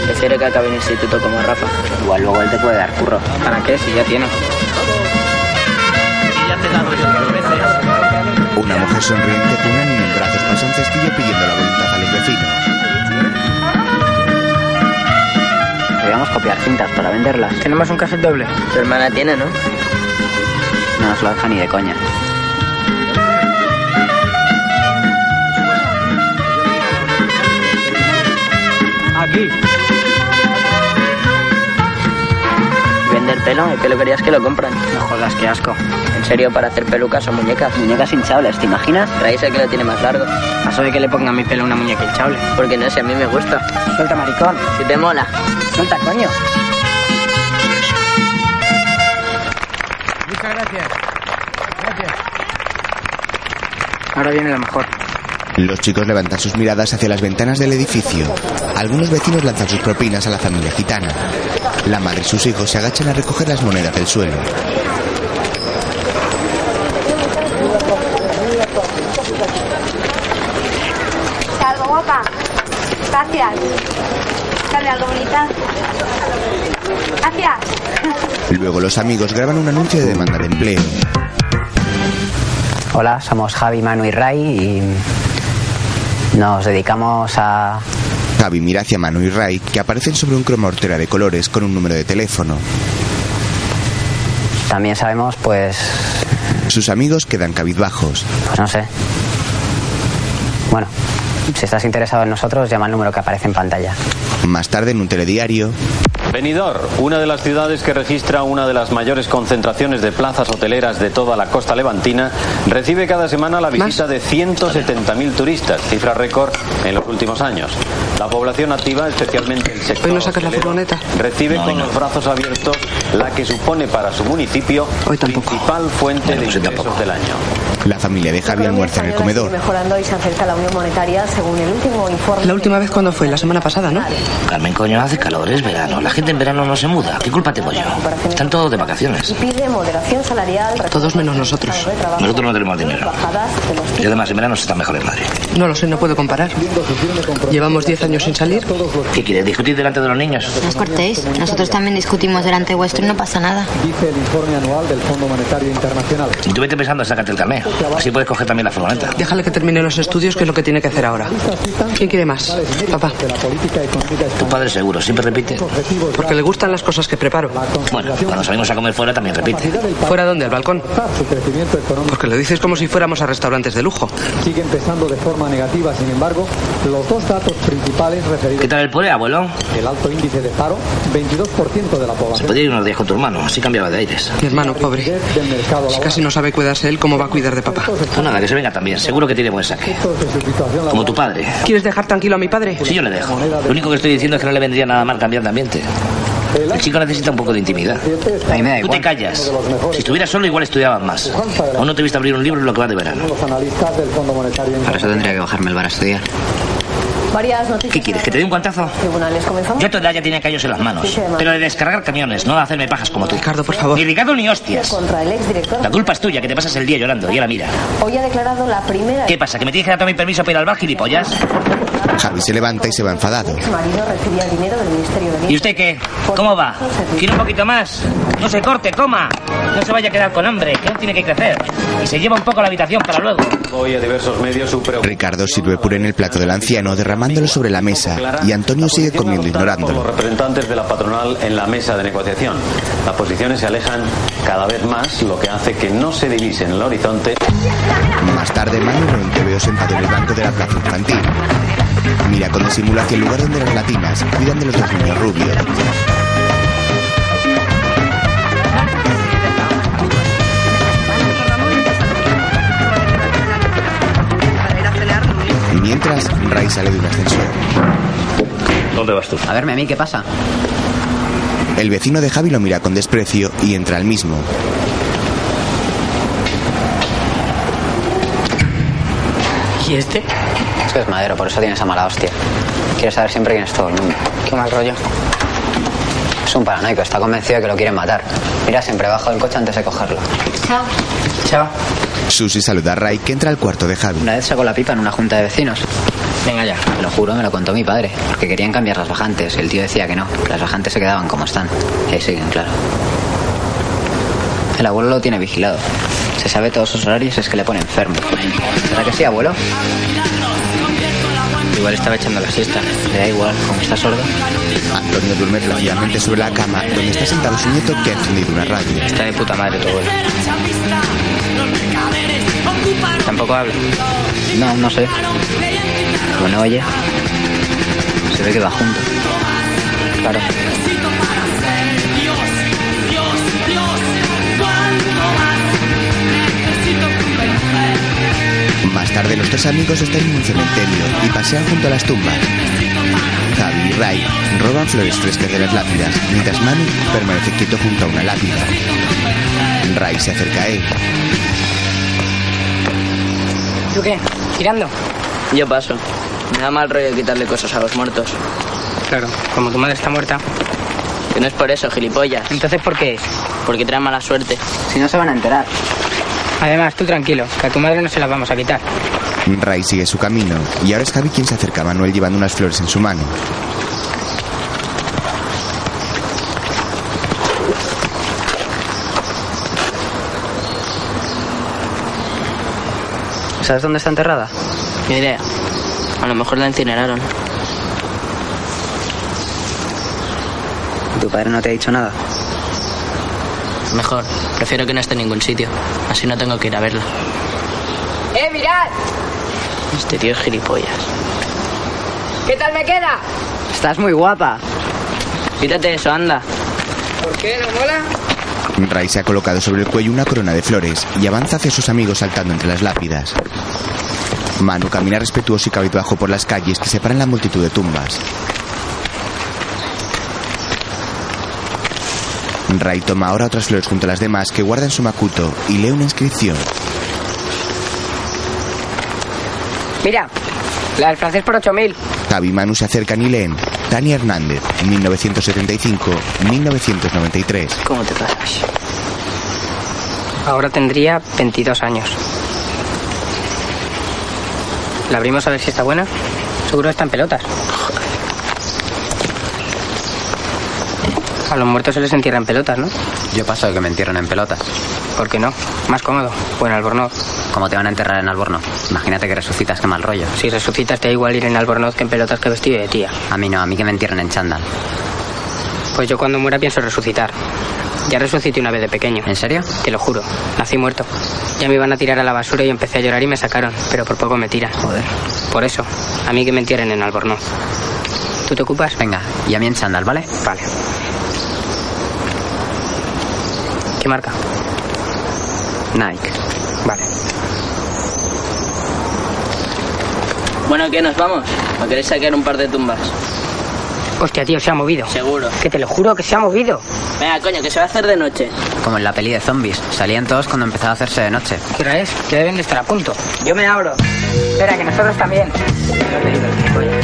Speaker 3: Prefiere que acabe en el instituto como Rafa.
Speaker 2: Igual luego él te puede dar curro. ¿Para qué? Si ya tiene.
Speaker 1: Una mujer sonriente con un niño en brazos pasa un cestillo pidiendo la voluntad a los vecinos.
Speaker 2: Debíamos copiar cintas para venderlas. Tenemos un cassette doble.
Speaker 3: Tu hermana tiene, ¿no?
Speaker 2: No nos lo deja ni de coña.
Speaker 3: Aquí. Vender pelo, hay peluquerías que lo compran.
Speaker 2: No jodas, qué asco.
Speaker 3: En serio, para hacer pelucas o muñecas.
Speaker 10: Muñecas hinchables, ¿te imaginas?
Speaker 3: Raíz el que lo tiene más largo.
Speaker 2: Paso de que le ponga a mi pelo una muñeca hinchable.
Speaker 3: Porque no sé, a mí me gusta.
Speaker 10: Suelta, maricón.
Speaker 3: Si te mola.
Speaker 10: Suelta, coño.
Speaker 9: Muchas gracias. Gracias.
Speaker 2: Ahora viene lo mejor.
Speaker 1: Los chicos levantan sus miradas hacia las ventanas del edificio. Algunos vecinos lanzan sus propinas a la familia gitana. La madre y sus hijos se agachan a recoger las monedas del suelo.
Speaker 17: algo guapa. Gracias. Dale algo bonita. Gracias.
Speaker 1: Luego los amigos graban un anuncio de demanda de empleo.
Speaker 10: Hola, somos Javi, Manu y Ray y nos dedicamos a...
Speaker 1: Javi mira hacia Manu y Ray, que aparecen sobre un cromortera de colores con un número de teléfono.
Speaker 10: También sabemos, pues,
Speaker 1: Sus amigos quedan cabizbajos.
Speaker 10: pues no sé. Bueno, si estás interesado en nosotros, llama al número que aparece en pantalla.
Speaker 1: Más tarde, en un telediario,
Speaker 4: Benidorm, una de las ciudades que registra una de las mayores concentraciones de plazas hoteleras de toda la costa levantina, recibe cada semana la visita de 170.000 turistas, cifra récord en los últimos años. La población activa, especialmente el sector
Speaker 6: Hoy no sacas la
Speaker 4: hostelero,
Speaker 6: furgoneta.
Speaker 4: recibe con los brazos abiertos la que supone para su municipio principal fuente de ingresos del año.
Speaker 1: la familia de Javi almuerza en el comedor.
Speaker 18: Mejorando y se acerca a la Unión Monetaria según el último informe.
Speaker 6: La última vez cuando fue, la semana pasada, ¿no?
Speaker 5: Carmen, coño, hace calor, es verano. La gente en verano no se muda. ¿Qué culpa tengo yo? Están todos de vacaciones.
Speaker 18: Pide moderación salarial.
Speaker 6: Todos menos nosotros.
Speaker 5: Nosotros no tenemos dinero.
Speaker 18: Bajadas de los
Speaker 5: Y además en verano se está mejor en Madrid.
Speaker 6: No lo sé, no puedo comparar. Llevamos 10 años sin salir.
Speaker 5: ¿Qué quieres? ¿Discutir delante de los niños?
Speaker 19: No os cortéis, nosotros también discutimos delante vuestro y no pasa nada.
Speaker 20: Dice el informe anual del Fondo Monetario Internacional.
Speaker 5: Y tú vete pensando en sacarte el carnet. Así puedes coger también la furgoneta.
Speaker 6: Déjale que termine los estudios, que es lo que tiene que hacer ahora. ¿Quién quiere más? Papá.
Speaker 5: Tu padre seguro, siempre repite.
Speaker 6: Porque le gustan las cosas que preparo.
Speaker 5: Bueno, cuando salimos a comer fuera también repite.
Speaker 6: ¿Fuera dónde? ¿Al balcón? Porque lo dices como si fuéramos a restaurantes de lujo.
Speaker 20: Sigue empezando de forma negativa, sin embargo, los dos datos principales referidos
Speaker 5: ¿Qué tal el pobre, abuelo?
Speaker 20: al alto índice de paro, 22% de la población
Speaker 5: Podría ir unos días con tu hermano, así cambiaba de aires.
Speaker 6: Mi hermano, pobre.
Speaker 20: del mercado
Speaker 6: Si
Speaker 20: laboral.
Speaker 6: casi no sabe cuidarse él, ¿cómo va a cuidar de papá?
Speaker 5: No, nada, que se venga también. Seguro que tiene buen saque. Como tu padre.
Speaker 6: ¿Quieres dejar tranquilo a mi padre?
Speaker 5: Sí, yo le dejo. Lo único que estoy diciendo es que no le vendría nada mal cambiar de ambiente. El chico necesita un poco de intimidad.
Speaker 10: A mí me da
Speaker 5: Tú te
Speaker 10: igual.
Speaker 5: callas. Si estuvieras solo, igual estudiabas más. Aún no te he visto abrir un libro en lo que va de verano.
Speaker 20: Los analistas del Fondo Monetario
Speaker 10: Para eso tendría que bajarme el bar a estudiar.
Speaker 18: Varias noticias.
Speaker 5: ¿Qué quieres? ¿Que te dé un guantazo?
Speaker 18: Tribunales comenzamos.
Speaker 5: Yo a tu edad ya tenía callos en las manos. Pero de descargar camiones, no de hacerme pajas como tú. Ricardo, por favor. Ni Ricardo ni hostias.
Speaker 18: Contra el exdirector.
Speaker 5: La culpa es tuya, que te pasas el día llorando. Y ahora mira.
Speaker 18: Hoy ha declarado la primera
Speaker 5: ¿Qué pasa? ¿Que me tienes que dar todo mi permiso para ir al bar, gilipollas?
Speaker 1: Javi se levanta y se va enfadado.
Speaker 18: marido recibía dinero del Ministerio de
Speaker 5: ¿Y usted qué? ¿Cómo va? ¿Quiere un poquito más? No se corte, coma. No se vaya a quedar con hambre, que aún tiene que crecer. Y se lleva un poco a la habitación para luego.
Speaker 4: Hoy a diversos medios su preocupación
Speaker 1: Ricardo sirve puré en el plato del anciano, derramándolo sobre la mesa, y Antonio sigue comiendo
Speaker 4: por los
Speaker 1: ignorándolo.
Speaker 4: representantes de la patronal en la mesa de negociación. Las posiciones se alejan cada vez más, lo que hace que no se divise en el horizonte
Speaker 1: Más tarde, Manu ve un TVO sentado en el banco de la plaza infantil. Mira con disimulo hacia el lugar donde las latinas cuidan de los dos niños rubios. Ray sale de un ascensor.
Speaker 4: ¿Dónde vas tú?
Speaker 21: A verme a mí, ¿qué pasa?
Speaker 1: El vecino de Javi lo mira con desprecio y entra al mismo.
Speaker 21: ¿Y este?
Speaker 10: Es que es madero, por eso tiene esa mala hostia. Quiere saber siempre quién es todo el mundo.
Speaker 21: Qué mal rollo.
Speaker 10: Es un paranoico, está convencido de que lo quieren matar. Mira siempre bajo del coche antes de cogerlo.
Speaker 22: Chao.
Speaker 10: Chao.
Speaker 1: Susie saluda a Ray que entra al cuarto de Javi.
Speaker 10: Una vez sacó la pipa en una junta de vecinos. Venga ya. Te lo juro, me lo contó mi padre. Porque querían cambiar las bajantes. El tío decía que no. que Las bajantes se quedaban como están. Y ahí siguen, claro. El abuelo lo tiene vigilado. Se sabe todos sus horarios, es que le pone enfermo. ¿Será que sí, abuelo? Igual estaba echando la siesta. Le da igual, como está sordo.
Speaker 1: Antonio duerme profundamente sobre la cama donde está sentado su nieto que ha encendido una radio.
Speaker 10: Está de puta madre tu abuelo. Tampoco habla. No, no sé. Bueno, oye. Se ve que va junto. Claro.
Speaker 1: Más tarde los tres amigos están en un cementerio y pasean junto a las tumbas. Javi y Ray roban flores frescas de las lápidas, mientras Manny permanece quieto junto a una lápida. Ray se acerca a él.
Speaker 2: ¿Tú qué? ¿Tirando?
Speaker 3: Yo paso. Me da mal rollo quitarle cosas a los muertos.
Speaker 2: Claro, como tu madre está muerta.
Speaker 3: Que no es por eso, gilipollas.
Speaker 2: Entonces, ¿por qué es?
Speaker 3: Porque trae mala suerte.
Speaker 10: Si no se van a enterar.
Speaker 2: Además, tú tranquilo, que a tu madre no se las vamos a quitar.
Speaker 1: Ray sigue su camino y ahora es Javi quien se acerca a Manuel llevando unas flores en su mano.
Speaker 10: ¿Sabes dónde está enterrada?
Speaker 3: Ni idea. A lo mejor la incineraron.
Speaker 10: ¿Tu padre no te ha dicho nada?
Speaker 3: Mejor. Prefiero que no esté en ningún sitio. Así no tengo que ir a verla.
Speaker 6: ¡Eh, mirad!
Speaker 3: Este tío es gilipollas.
Speaker 6: ¿Qué tal me queda?
Speaker 21: Estás muy guapa.
Speaker 3: Quítate eso, anda.
Speaker 6: ¿Por qué? ¿No mola?
Speaker 1: Ray se ha colocado sobre el cuello una corona de flores y avanza hacia sus amigos saltando entre las lápidas. Manu camina respetuoso y cabizbajo por las calles que separan la multitud de tumbas. Ray toma ahora otras flores junto a las demás que guarda en su macuto y lee una inscripción.
Speaker 2: Mira, la del francés por 8.000.
Speaker 1: Javi y Manu se acercan y leen Tania Hernández, 1975-1993.
Speaker 3: ¿Cómo te pasas?
Speaker 2: Ahora tendría 22 años. ¿La abrimos a ver si está buena? Seguro está en pelotas. A los muertos se les entierra en pelotas, ¿no?
Speaker 10: Yo paso de que me entierren en pelotas.
Speaker 2: ¿Por qué no? Más cómodo. O en albornoz.
Speaker 10: ¿Cómo te van a enterrar en albornoz? Imagínate que resucitas, qué mal rollo.
Speaker 2: Si resucitas te da igual ir en albornoz que en pelotas que vestido de tía.
Speaker 10: A mí no, a mí que me entierren en chándal.
Speaker 2: Pues yo cuando muera pienso resucitar. Ya resucité una vez de pequeño.
Speaker 10: ¿En serio?
Speaker 2: Te lo juro. Nací muerto. Ya me iban a tirar a la basura y empecé a llorar y me sacaron. Pero por poco me tiran.
Speaker 10: Joder.
Speaker 2: Por eso, a mí que me entierren en albornoz. ¿Tú te ocupas?
Speaker 10: Venga, y a mí en chándal, ¿vale?
Speaker 2: Vale. ¿Qué marca?
Speaker 10: Nike.
Speaker 2: Vale.
Speaker 3: Bueno, ¿qué? ¿Nos vamos? ¿O queréis saquear un par de tumbas?
Speaker 2: Hostia, tío, se ha movido.
Speaker 3: Seguro.
Speaker 2: Que te lo juro que se ha movido.
Speaker 3: Venga, coño, que se va a hacer de noche.
Speaker 10: Como en la peli de zombies. Salían todos cuando empezaba a hacerse de noche.
Speaker 2: ¿Qué hora es? Que deben de estar a punto.
Speaker 21: Yo me abro.
Speaker 2: Espera, que nosotros también.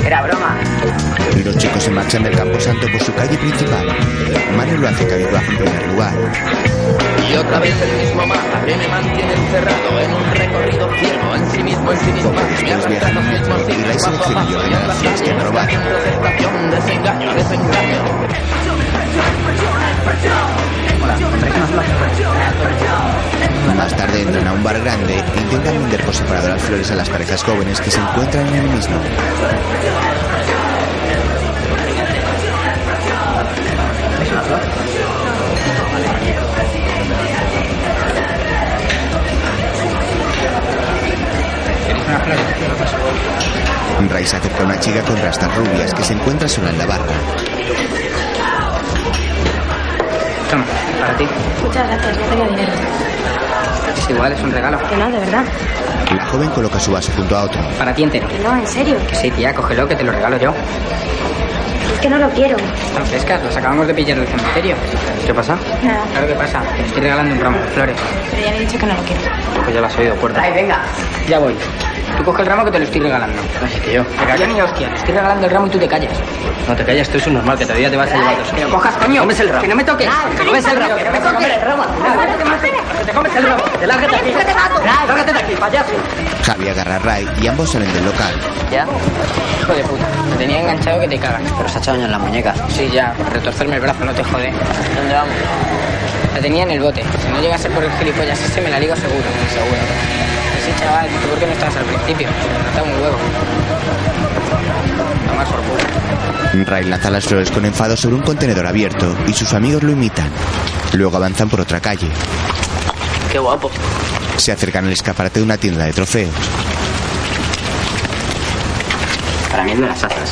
Speaker 21: Era broma.
Speaker 1: Los chicos se marchan del camposanto por su calle principal. Mario lo hace cabizbajo en primer lugar.
Speaker 12: Y otra vez el mismo mapa que me mantiene encerrado en un recorrido ciego, en sí mismo, en sí mismo. Me
Speaker 1: Los
Speaker 12: arrastran
Speaker 1: viajan
Speaker 12: los
Speaker 1: en metro
Speaker 12: mismos
Speaker 1: y Ray
Speaker 12: signos
Speaker 1: selecciona
Speaker 12: bajo
Speaker 1: y
Speaker 12: paso, y
Speaker 1: ordena
Speaker 12: al
Speaker 1: las
Speaker 12: vacío
Speaker 1: flores que han
Speaker 12: llego
Speaker 1: robado.
Speaker 12: camino de estación, desengaño, desengaño.
Speaker 1: Más tarde entran a un bar grande e intentan vender por separado las flores a las parejas jóvenes que se encuentran en el mismo. Ray se acerca a una chica con rastas rubias que se encuentra sola en la barra.
Speaker 2: Toma, para ti.
Speaker 22: Muchas gracias, no tengo dinero.
Speaker 2: Es igual, es un regalo.
Speaker 17: Que no, de verdad.
Speaker 1: La joven coloca su vaso junto a otro.
Speaker 2: Para ti entero.
Speaker 17: Que no, en serio.
Speaker 2: Que sí, tía, cógelo, que te lo regalo yo.
Speaker 17: Es que no lo quiero.
Speaker 2: Están frescas, las acabamos de pillar del cementerio. ¿Qué pasa?
Speaker 17: Nada.
Speaker 2: Claro que pasa, te estoy regalando un ramo de flores.
Speaker 17: Pero ya le he dicho que no lo quiero.
Speaker 2: Pues ya lo has oído, puerta.
Speaker 17: Ay, venga.
Speaker 2: Ya voy. Tú coge el ramo que te lo estoy regalando. Así que yo. Te callas ni hostia, te estoy regalando el ramo y tú te callas.
Speaker 23: No te calles, tú es un normal, que todavía te vas a llevar dos.
Speaker 2: Que lo cojas, coño.
Speaker 23: Comes el ramo.
Speaker 2: Que no me toques. que no ves el ramo. Que no me toques. el ramo. Que te comes el ramo. Te lárgate aquí. Lárgate de aquí, payaso.
Speaker 1: Javi agarra a Ray y ambos salen del local.
Speaker 2: ¿Ya? Hijo de puta. Me tenía enganchado que te cagas.
Speaker 10: Pero se ha echado en la muñeca.
Speaker 2: Sí, ya. por Retorcerme el brazo, no te jode.
Speaker 3: ¿Dónde vamos?
Speaker 2: La tenía en el bote. Si no llegase por el gilipollas ese, me la ligo seguro. Seguro. Sí, chaval, ¿tú por qué no estabas al principio? Está muy huevo. Tomás por culo.
Speaker 1: Ray lanza las flores con enfado sobre un contenedor abierto y sus amigos lo imitan. Luego avanzan por otra calle.
Speaker 3: Qué guapo.
Speaker 1: Se acercan al escaparate de una tienda de trofeos.
Speaker 2: Para mí es de las asas.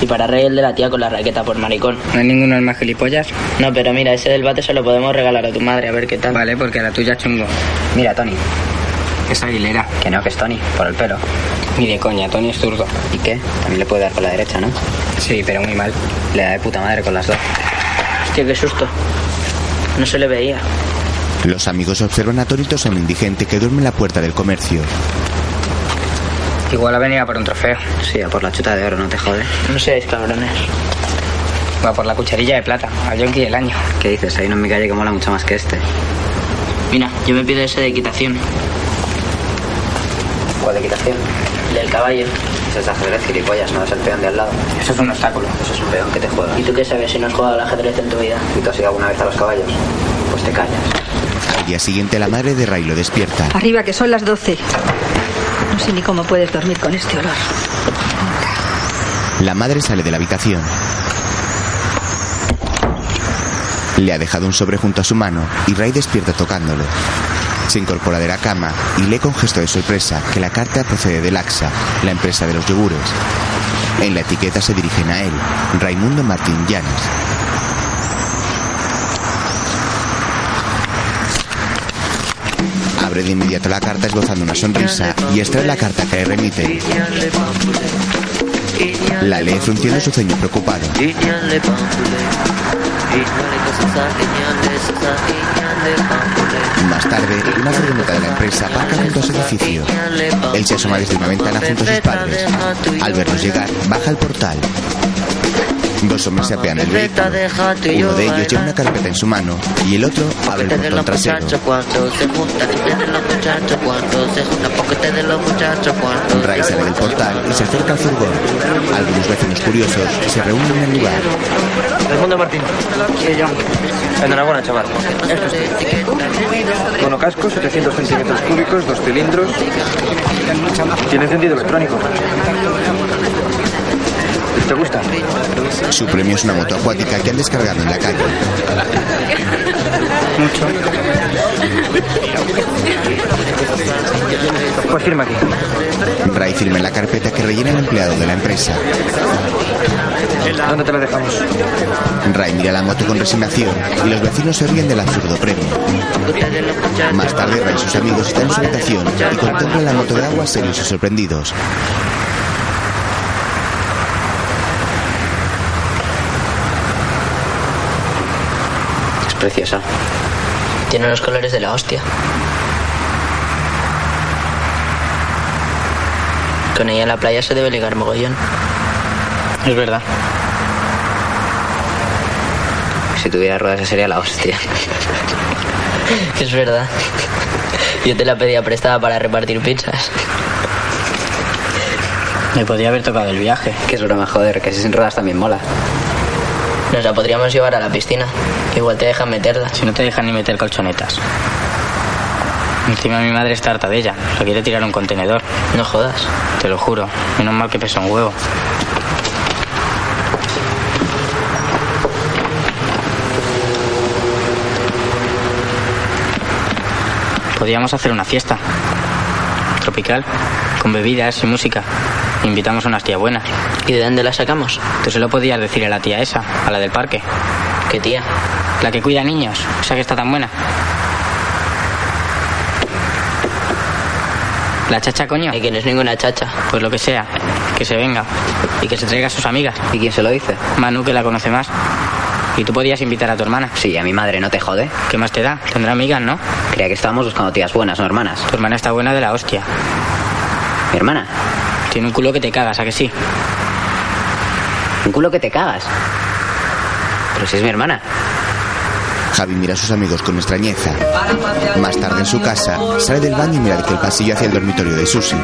Speaker 3: Y para Rey el de la tía con la raqueta por maricón.
Speaker 2: ¿No hay ninguno al más gilipollas?
Speaker 3: No, pero mira, ese del bate se lo podemos regalar a tu madre, a ver qué tal.
Speaker 2: Vale, porque la tuya chungo.
Speaker 10: Mira, Tony.
Speaker 2: Es Aguilera.
Speaker 10: Que no, que es Tony, por el pelo.
Speaker 2: Ni de coña, Tony es zurdo.
Speaker 10: ¿Y qué? También le puede dar con la derecha, ¿no?
Speaker 2: Sí, pero muy mal.
Speaker 10: Le da de puta madre con las dos.
Speaker 3: Hostia, qué susto. No se le veía.
Speaker 1: Los amigos observan atónitos a un indigente que duerme en la puerta del comercio.
Speaker 2: Igual ha venido a por un trofeo.
Speaker 10: Sí, a por la chuta de oro, no te jode.
Speaker 3: No seáis cabrones.
Speaker 2: Va por la cucharilla de plata, a Yonki del año.
Speaker 10: ¿Qué dices? Hay uno en mi calle que mola mucho más que este.
Speaker 3: Mira, yo me pido ese de equitación.
Speaker 10: ¿Cuál de equitación?
Speaker 3: Del caballo.
Speaker 10: Eso es ajedrez, gilipollas, no es el peón de al lado.
Speaker 2: Eso es un obstáculo.
Speaker 10: Eso es un peón que te juega.
Speaker 3: ¿Y tú qué sabes si no has jugado al ajedrez en tu vida?
Speaker 10: ¿Y tú has ido alguna vez a los caballos? Pues te callas.
Speaker 1: Al día siguiente la madre de Ray lo despierta.
Speaker 11: Arriba, que son las 12. No sé ni cómo puedes dormir con este olor.
Speaker 1: La madre sale de la habitación. Le ha dejado un sobre junto a su mano y Ray despierta tocándolo. Se incorpora de la cama y lee con gesto de sorpresa que la carta procede de Laxa, la empresa de los yogures. En la etiqueta se dirigen a él, Raimundo Martín Llanes. Abre de inmediato la carta esbozando una sonrisa y extrae la carta que le remite. La lee frunciendo su ceño preocupado. Más tarde, una furgoneta de la empresa aparca junto a su edificio. Él se asoma desde una ventana junto a sus padres. Al verlos llegar, baja al portal. Dos hombres se apean el vehículo. Uno de ellos lleva una carpeta en su mano y el otro abre el portón trasero. Ray sale del portal y se acerca al furgón. Algunos vecinos curiosos se reúnen en el lugar.
Speaker 7: Raimundo Martín.
Speaker 5: Sí, yo.
Speaker 7: Enhorabuena, chaval. Esto es Monocasco, 700 centímetros cúbicos, dos cilindros. Tiene encendido electrónico. ¿Te gusta? Pues,
Speaker 1: Su premio es una moto acuática que han descargado en la calle.
Speaker 2: Mucho.
Speaker 7: Pues firma aquí.
Speaker 1: Ray firma en la carpeta que rellena el empleado de la empresa.
Speaker 7: ¿Dónde te la dejamos?
Speaker 1: Ray mira la moto con resignación y los vecinos se ríen del absurdo premio. Más tarde, Ray y sus amigos están en su habitación y contemplan la moto de agua serios y sorprendidos.
Speaker 10: Es preciosa.
Speaker 3: Tiene los colores de la hostia. Con ella en la playa se debe ligar mogollón.
Speaker 10: Es verdad. Si tuviera ruedas esa sería la hostia.
Speaker 3: Es verdad. Yo te la pedía prestada para repartir pizzas.
Speaker 10: Me podría haber tocado el viaje. Que es broma, joder, que si sin ruedas también mola.
Speaker 3: Nos la podríamos llevar a la piscina. Igual te dejan meterla.
Speaker 10: Si no te dejan ni meter colchonetas.
Speaker 2: Encima mi madre está harta de ella. La quiere tirar a un contenedor.
Speaker 3: No jodas.
Speaker 2: Te lo juro. Menos mal que pesa un huevo. Podríamos hacer una fiesta. Tropical. Con bebidas y música. Invitamos a unas tías buenas.
Speaker 3: ¿Y de dónde la sacamos?
Speaker 2: Tú se lo podías decir a la tía esa, a la del parque.
Speaker 3: ¿Qué tía?
Speaker 2: La que cuida niños, esa que está tan buena. ¿La chacha, coño? Y que no es ninguna chacha. Pues lo que sea. Que se venga. Y que se traiga a sus amigas. ¿Y quién se lo dice? Manu, que la conoce más. ¿Y tú podías invitar a tu hermana? Sí, a mi madre, no te jode. ¿Qué más te da? Tendrá amigas, ¿no? Creía que estábamos buscando tías buenas, no hermanas. Tu hermana está buena de la hostia. ¿Mi hermana? Tiene un culo que te cagas, ¿a que sí? ¿Un culo que te cagas? Pero si es mi hermana.
Speaker 1: Javi mira a sus amigos con extrañeza. Más tarde en su casa, sale del baño y mira desde el pasillo hacia el dormitorio de Susi.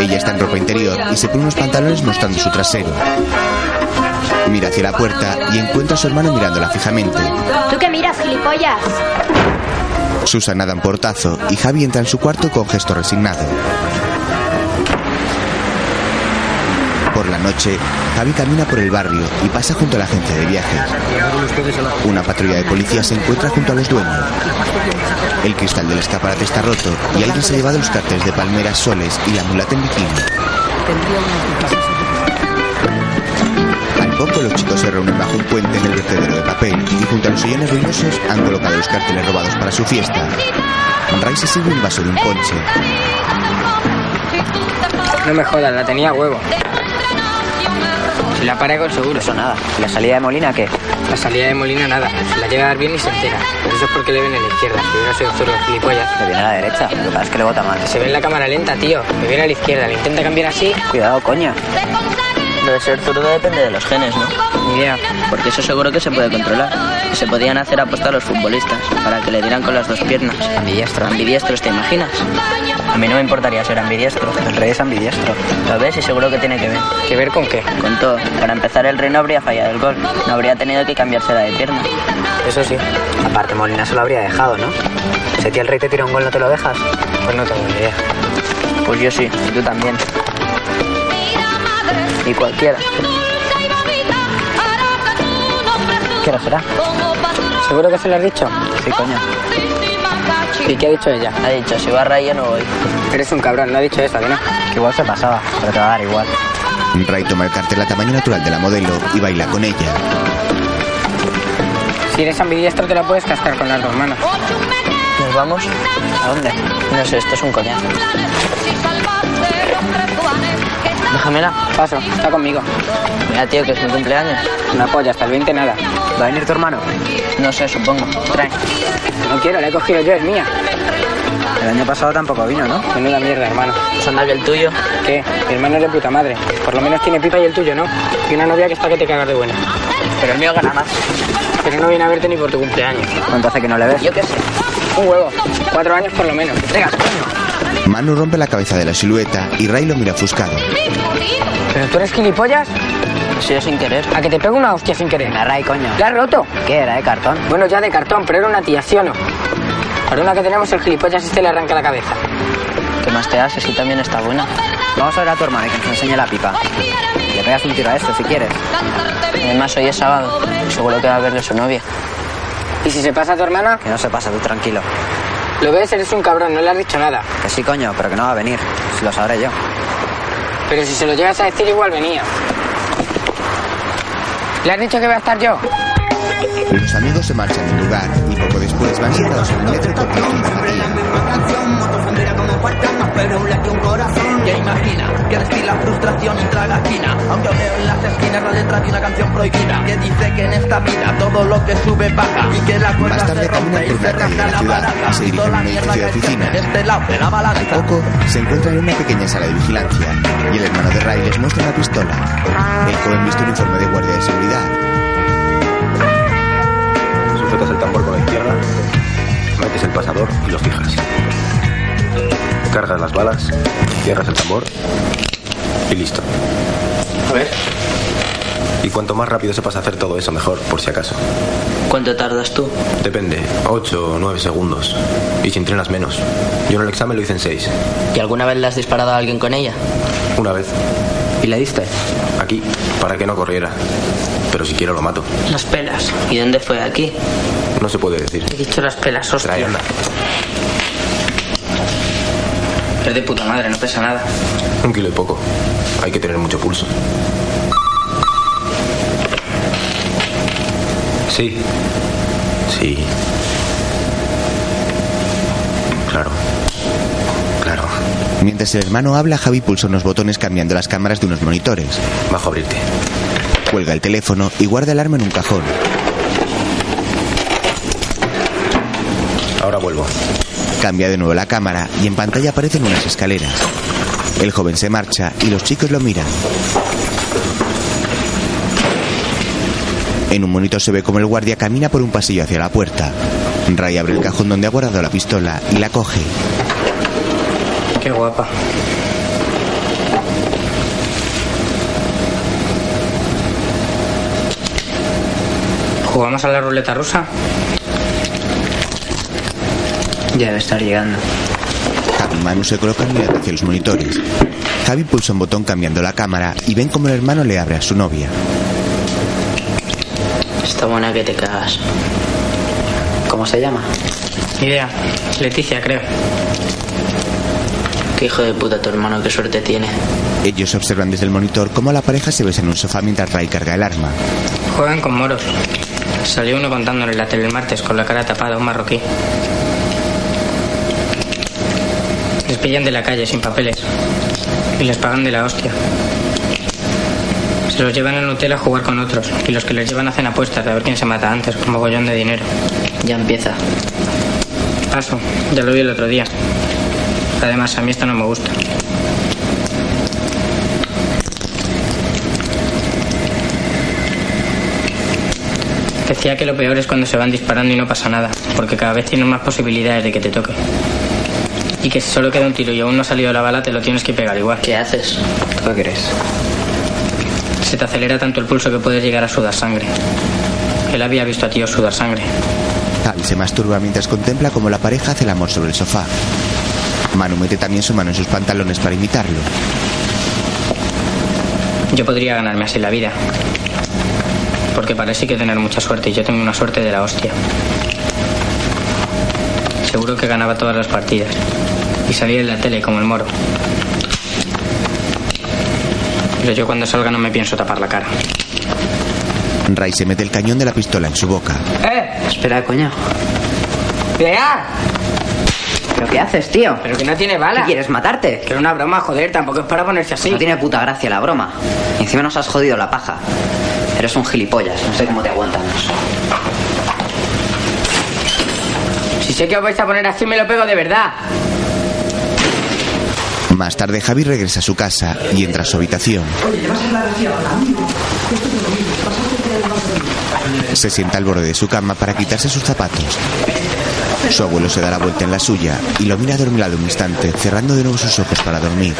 Speaker 1: Ella está en ropa interior y se pone unos pantalones mostrando su trasero. Mira hacia la puerta y encuentra a su hermano mirándola fijamente.
Speaker 17: ¿Tú qué miras, gilipollas?
Speaker 1: Susana da un portazo y Javi entra en su cuarto con gesto resignado. Por la noche, Javi camina por el barrio y pasa junto a la agencia de viajes. Una patrulla de policía se encuentra junto a los dueños. El cristal del escaparate está roto y alguien se ha llevado los carteles de palmeras soles y la mulata en bikini. Al poco los chicos se reúnen bajo un puente en el vertedero de papel y junto a los sillones ruinosos han colocado los carteles robados para su fiesta. Ray se sirve un vaso de un ponche.
Speaker 2: No me jodas, la tenía a huevo. Si la para con seguro. Eso nada. ¿La salida de Molina qué? La salida de Molina nada. Se la llega a dar bien y se entera. Pero eso es porque le ven a la izquierda. Si hubiera sido zurdo, gilipollas. Le viene a la derecha. Lo que pasa es que le bota mal. Se ve en la cámara lenta, tío. Le viene a la izquierda. Le intenta cambiar así. Cuidado, coño.
Speaker 3: Lo de ser zurdo depende de los genes, ¿no? Ni idea. Porque eso seguro que se puede controlar. Se podían hacer apostar a los futbolistas para que le dieran con las dos piernas. Ambidiestro. Ambidiestros, ¿te imaginas? A mí no me importaría ser ambidiestro. El rey es ambidiestro. Lo ves y seguro que tiene que ver. ¿Que ver con qué? Con todo. Para empezar, el rey no habría fallado el gol. No habría tenido que cambiársela de pierna.
Speaker 2: Eso sí. Aparte, Molina se lo habría dejado, ¿no? Si a ti el rey te tira un gol, ¿no te lo dejas? Pues no tengo ni idea.
Speaker 3: Pues yo sí. Y tú también. Y cualquiera.
Speaker 2: ¿Qué hora será? ¿Seguro que se lo has dicho?
Speaker 3: Sí, coño.
Speaker 2: ¿Y qué ha dicho ella?
Speaker 3: Ha dicho, si va a raíz, yo no voy.
Speaker 2: Eres un cabrón, no ha dicho eso, ¿no? Que igual se pasaba, pero te va a dar igual.
Speaker 1: Ray toma el cartel a tamaño natural de la modelo y baila con ella.
Speaker 2: Si eres ambidiestro te la puedes cascar con las dos manos.
Speaker 3: ¿Nos vamos?
Speaker 2: ¿A dónde?
Speaker 3: No sé, esto es un coñazo. Déjamela.
Speaker 2: Paso, está conmigo.
Speaker 3: Mira, tío, que es mi cumpleaños.
Speaker 2: Una polla, hasta el 20 nada. ¿Va a venir tu hermano?
Speaker 3: No sé, supongo. Trae.
Speaker 2: No quiero, la he cogido yo, es mía.
Speaker 3: El año pasado tampoco vino, ¿no?
Speaker 2: Menuda mierda, hermano.
Speaker 3: Pues anda que el tuyo.
Speaker 2: ¿Qué? Mi hermano es de puta madre. Por lo menos tiene pipa y el tuyo no. Y una novia que está que te cagas de buena.
Speaker 3: Pero el mío gana más.
Speaker 2: Pero no viene a verte ni por tu cumpleaños.
Speaker 3: ¿Cuánto hace que no le ves?
Speaker 2: Yo qué sé. Un huevo. Cuatro años por lo menos.
Speaker 3: Entregas, coño.
Speaker 1: Manu rompe la cabeza de la silueta y Ray lo mira ofuscado.
Speaker 2: ¿Pero tú eres gilipollas?
Speaker 3: Sí, sin querer.
Speaker 2: A que te pego una hostia sin querer.
Speaker 10: La Ray, coño.
Speaker 2: ¿La has roto?
Speaker 10: ¿Qué era, de cartón?
Speaker 2: Bueno, ya de cartón, pero era una tía, ¿sí o no? Ahora una que tenemos el gilipollas este le arranca la cabeza.
Speaker 3: ¿Qué más te haces? Si también está buena.
Speaker 10: Vamos a ver a tu hermana que nos enseñe la pipa. Le pegas un tiro a
Speaker 2: este,
Speaker 10: esto si quieres.
Speaker 3: Además, hoy es sábado. Seguro que va a verle su novia.
Speaker 2: ¿Y si se pasa a tu hermana?
Speaker 10: Que no se pasa, tú tranquilo.
Speaker 2: Lo ves, eres un cabrón, no le has dicho nada.
Speaker 10: Que sí, coño, pero que no va a venir. Si lo sabré yo.
Speaker 2: Pero si se lo llegas a decir, igual venía. ¿Le has dicho que voy a estar yo?
Speaker 1: Los amigos se marchan del lugar y poco después van sentados en el metro con toda su Más tarde caminan por una calle de la ciudad y se dirigen a un edificio de oficinas. Al poco se encuentran en una pequeña sala de vigilancia y el hermano de Ray les muestra una pistola. El joven viste un uniforme de guardia de seguridad
Speaker 24: sujetas el tambor con la izquierda, metes el pasador y lo fijas. Cargas las balas, cierras el tambor y listo. A ver. Y cuanto más rápido sepas hacer todo eso, mejor, por si acaso.
Speaker 3: ¿Cuánto tardas tú?
Speaker 24: Depende, 8 o 9 segundos. Y si entrenas menos. Yo en el examen lo hice en 6.
Speaker 3: ¿Y alguna vez le has disparado a alguien con ella?
Speaker 24: Una vez.
Speaker 3: ¿Y le diste?
Speaker 24: Aquí, para que no corriera. Pero si quiero lo mato.
Speaker 3: Las pelas. ¿Y dónde fue? ¿Aquí?
Speaker 24: No se puede decir.
Speaker 3: He dicho las pelas, hostia.
Speaker 24: Trae, anda.
Speaker 3: Es de puta madre, no pesa nada.
Speaker 24: Un kilo y poco. Hay que tener mucho pulso. Sí. Sí. Claro. Claro.
Speaker 1: Mientras el hermano habla, Javi pulsa unos botones cambiando las cámaras de unos monitores.
Speaker 24: Bajo abrirte.
Speaker 1: Cuelga el teléfono y guarda el arma en un cajón.
Speaker 24: Ahora vuelvo.
Speaker 1: Cambia de nuevo la cámara y en pantalla aparecen unas escaleras. El joven se marcha y los chicos lo miran. En un monitor se ve como el guardia camina por un pasillo hacia la puerta. Ray abre el cajón donde ha guardado la pistola y la coge.
Speaker 2: Qué guapa. ¿Jugamos a la ruleta rusa? Ya debe estar llegando.
Speaker 1: Javi y Manu se colocan mirando hacia los monitores. Javi pulsa un botón cambiando la cámara y ven como el hermano le abre a su novia.
Speaker 2: Está buena que te cagas. ¿Cómo se llama? Idea. Leticia, creo. Qué hijo de puta tu hermano, qué suerte tiene.
Speaker 1: Ellos observan desde el monitor cómo la pareja se besa en un sofá mientras Ray carga el arma.
Speaker 2: Juegan con moros. Salió uno contándole la tele el martes con la cara tapada, un marroquí. Les pillan de la calle sin papeles. Y les pagan de la hostia. Se los llevan al hotel a jugar con otros. Y los que les llevan hacen apuestas de a ver quién se mata antes, con mogollón de dinero.
Speaker 3: Ya empieza.
Speaker 2: Paso, ya lo vi el otro día. Además, a mí esto no me gusta. Decía que lo peor es cuando se van disparando y no pasa nada, porque cada vez tienes más posibilidades de que te toque. Y que si solo queda un tiro y aún no ha salido la bala, te lo tienes que pegar igual.
Speaker 3: ¿Qué haces?
Speaker 2: ¿Qué crees? Se te acelera tanto el pulso que puedes llegar a sudar sangre. Él había visto a tío sudar sangre.
Speaker 1: Javi se masturba mientras contempla cómo la pareja hace el amor sobre el sofá. Manu mete también su mano en sus pantalones para imitarlo.
Speaker 2: Yo podría ganarme así la vida. Porque parece que tener mucha suerte y yo tengo una suerte de la hostia. Seguro que ganaba todas las partidas. Y salía en la tele como el moro. Pero yo cuando salga no me pienso tapar la cara.
Speaker 1: Ray se mete el cañón de la pistola en su boca.
Speaker 2: ¡Eh!
Speaker 3: Espera, coño.
Speaker 2: ¡Vea!
Speaker 3: ¿Pero qué haces, tío?
Speaker 2: Pero que no tiene bala.
Speaker 3: ¿Qué quieres matarte?
Speaker 2: Que era una broma, joder, tampoco es para ponerse así.
Speaker 3: No tiene puta gracia la broma. Y encima nos has jodido la paja. Eres un gilipollas, no sé cómo te aguantas.
Speaker 2: Si sé que os vais a poner así, me lo pego de verdad.
Speaker 1: Más tarde, Javi regresa a su casa y entra a su habitación.
Speaker 12: Oye, ¿le vas a hablar así ahora? Justo te lo digo. Vas a hacer el
Speaker 1: Se sienta al borde de su cama para quitarse sus zapatos. Su abuelo se da la vuelta en la suya y lo mira adormilado un instante, cerrando de nuevo sus ojos para dormir.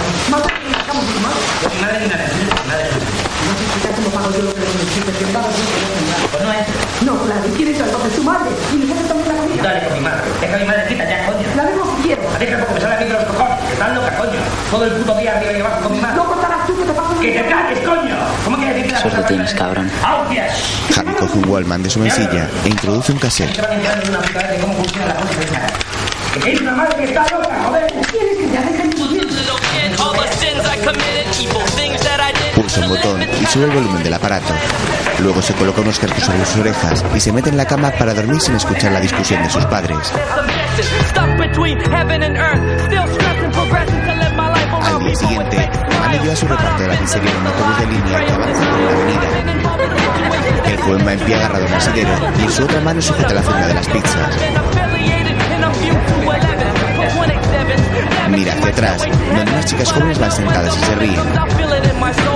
Speaker 12: No, la que quieres al papel tu madre. Y mi mujer también la comida.
Speaker 5: Dale con mi madre. Deja a mi madre quita ya, coño.
Speaker 12: La vemos si quiero.
Speaker 5: A mí tampoco me sale a mí de los cojones. que Estás loca, coño. Todo el puto día arriba y abajo con mi madre.
Speaker 12: No contarás tú que te paso
Speaker 5: ¡Que te calles, coño! ¿Cómo quieres decir que la
Speaker 3: Eso lo
Speaker 5: cosa-
Speaker 3: tienes, cabrón.
Speaker 5: ¡Audias!
Speaker 1: Javi coge un Wallman de su mesilla e introduce un cassette.
Speaker 5: Se van enterando de una puta vez de cómo funciona la cosa. esa. Que tenéis una madre que está loca, joder.
Speaker 12: ¿Quieres que ya dejen tu bien?
Speaker 1: Pulsa un botón y sube el volumen del aparato. Luego se coloca unos cartuchos en sus orejas y se mete en la cama para dormir sin escuchar la discusión de sus padres. Al día siguiente, Manu lleva su reparto de la pizzería en un autobús de línea que avanza por la avenida. El joven va en pie agarrado a un asidero y en su otra mano sujeta la funda de las pizzas. Mira hacia atrás, donde unas chicas jóvenes van sentadas y se ríen.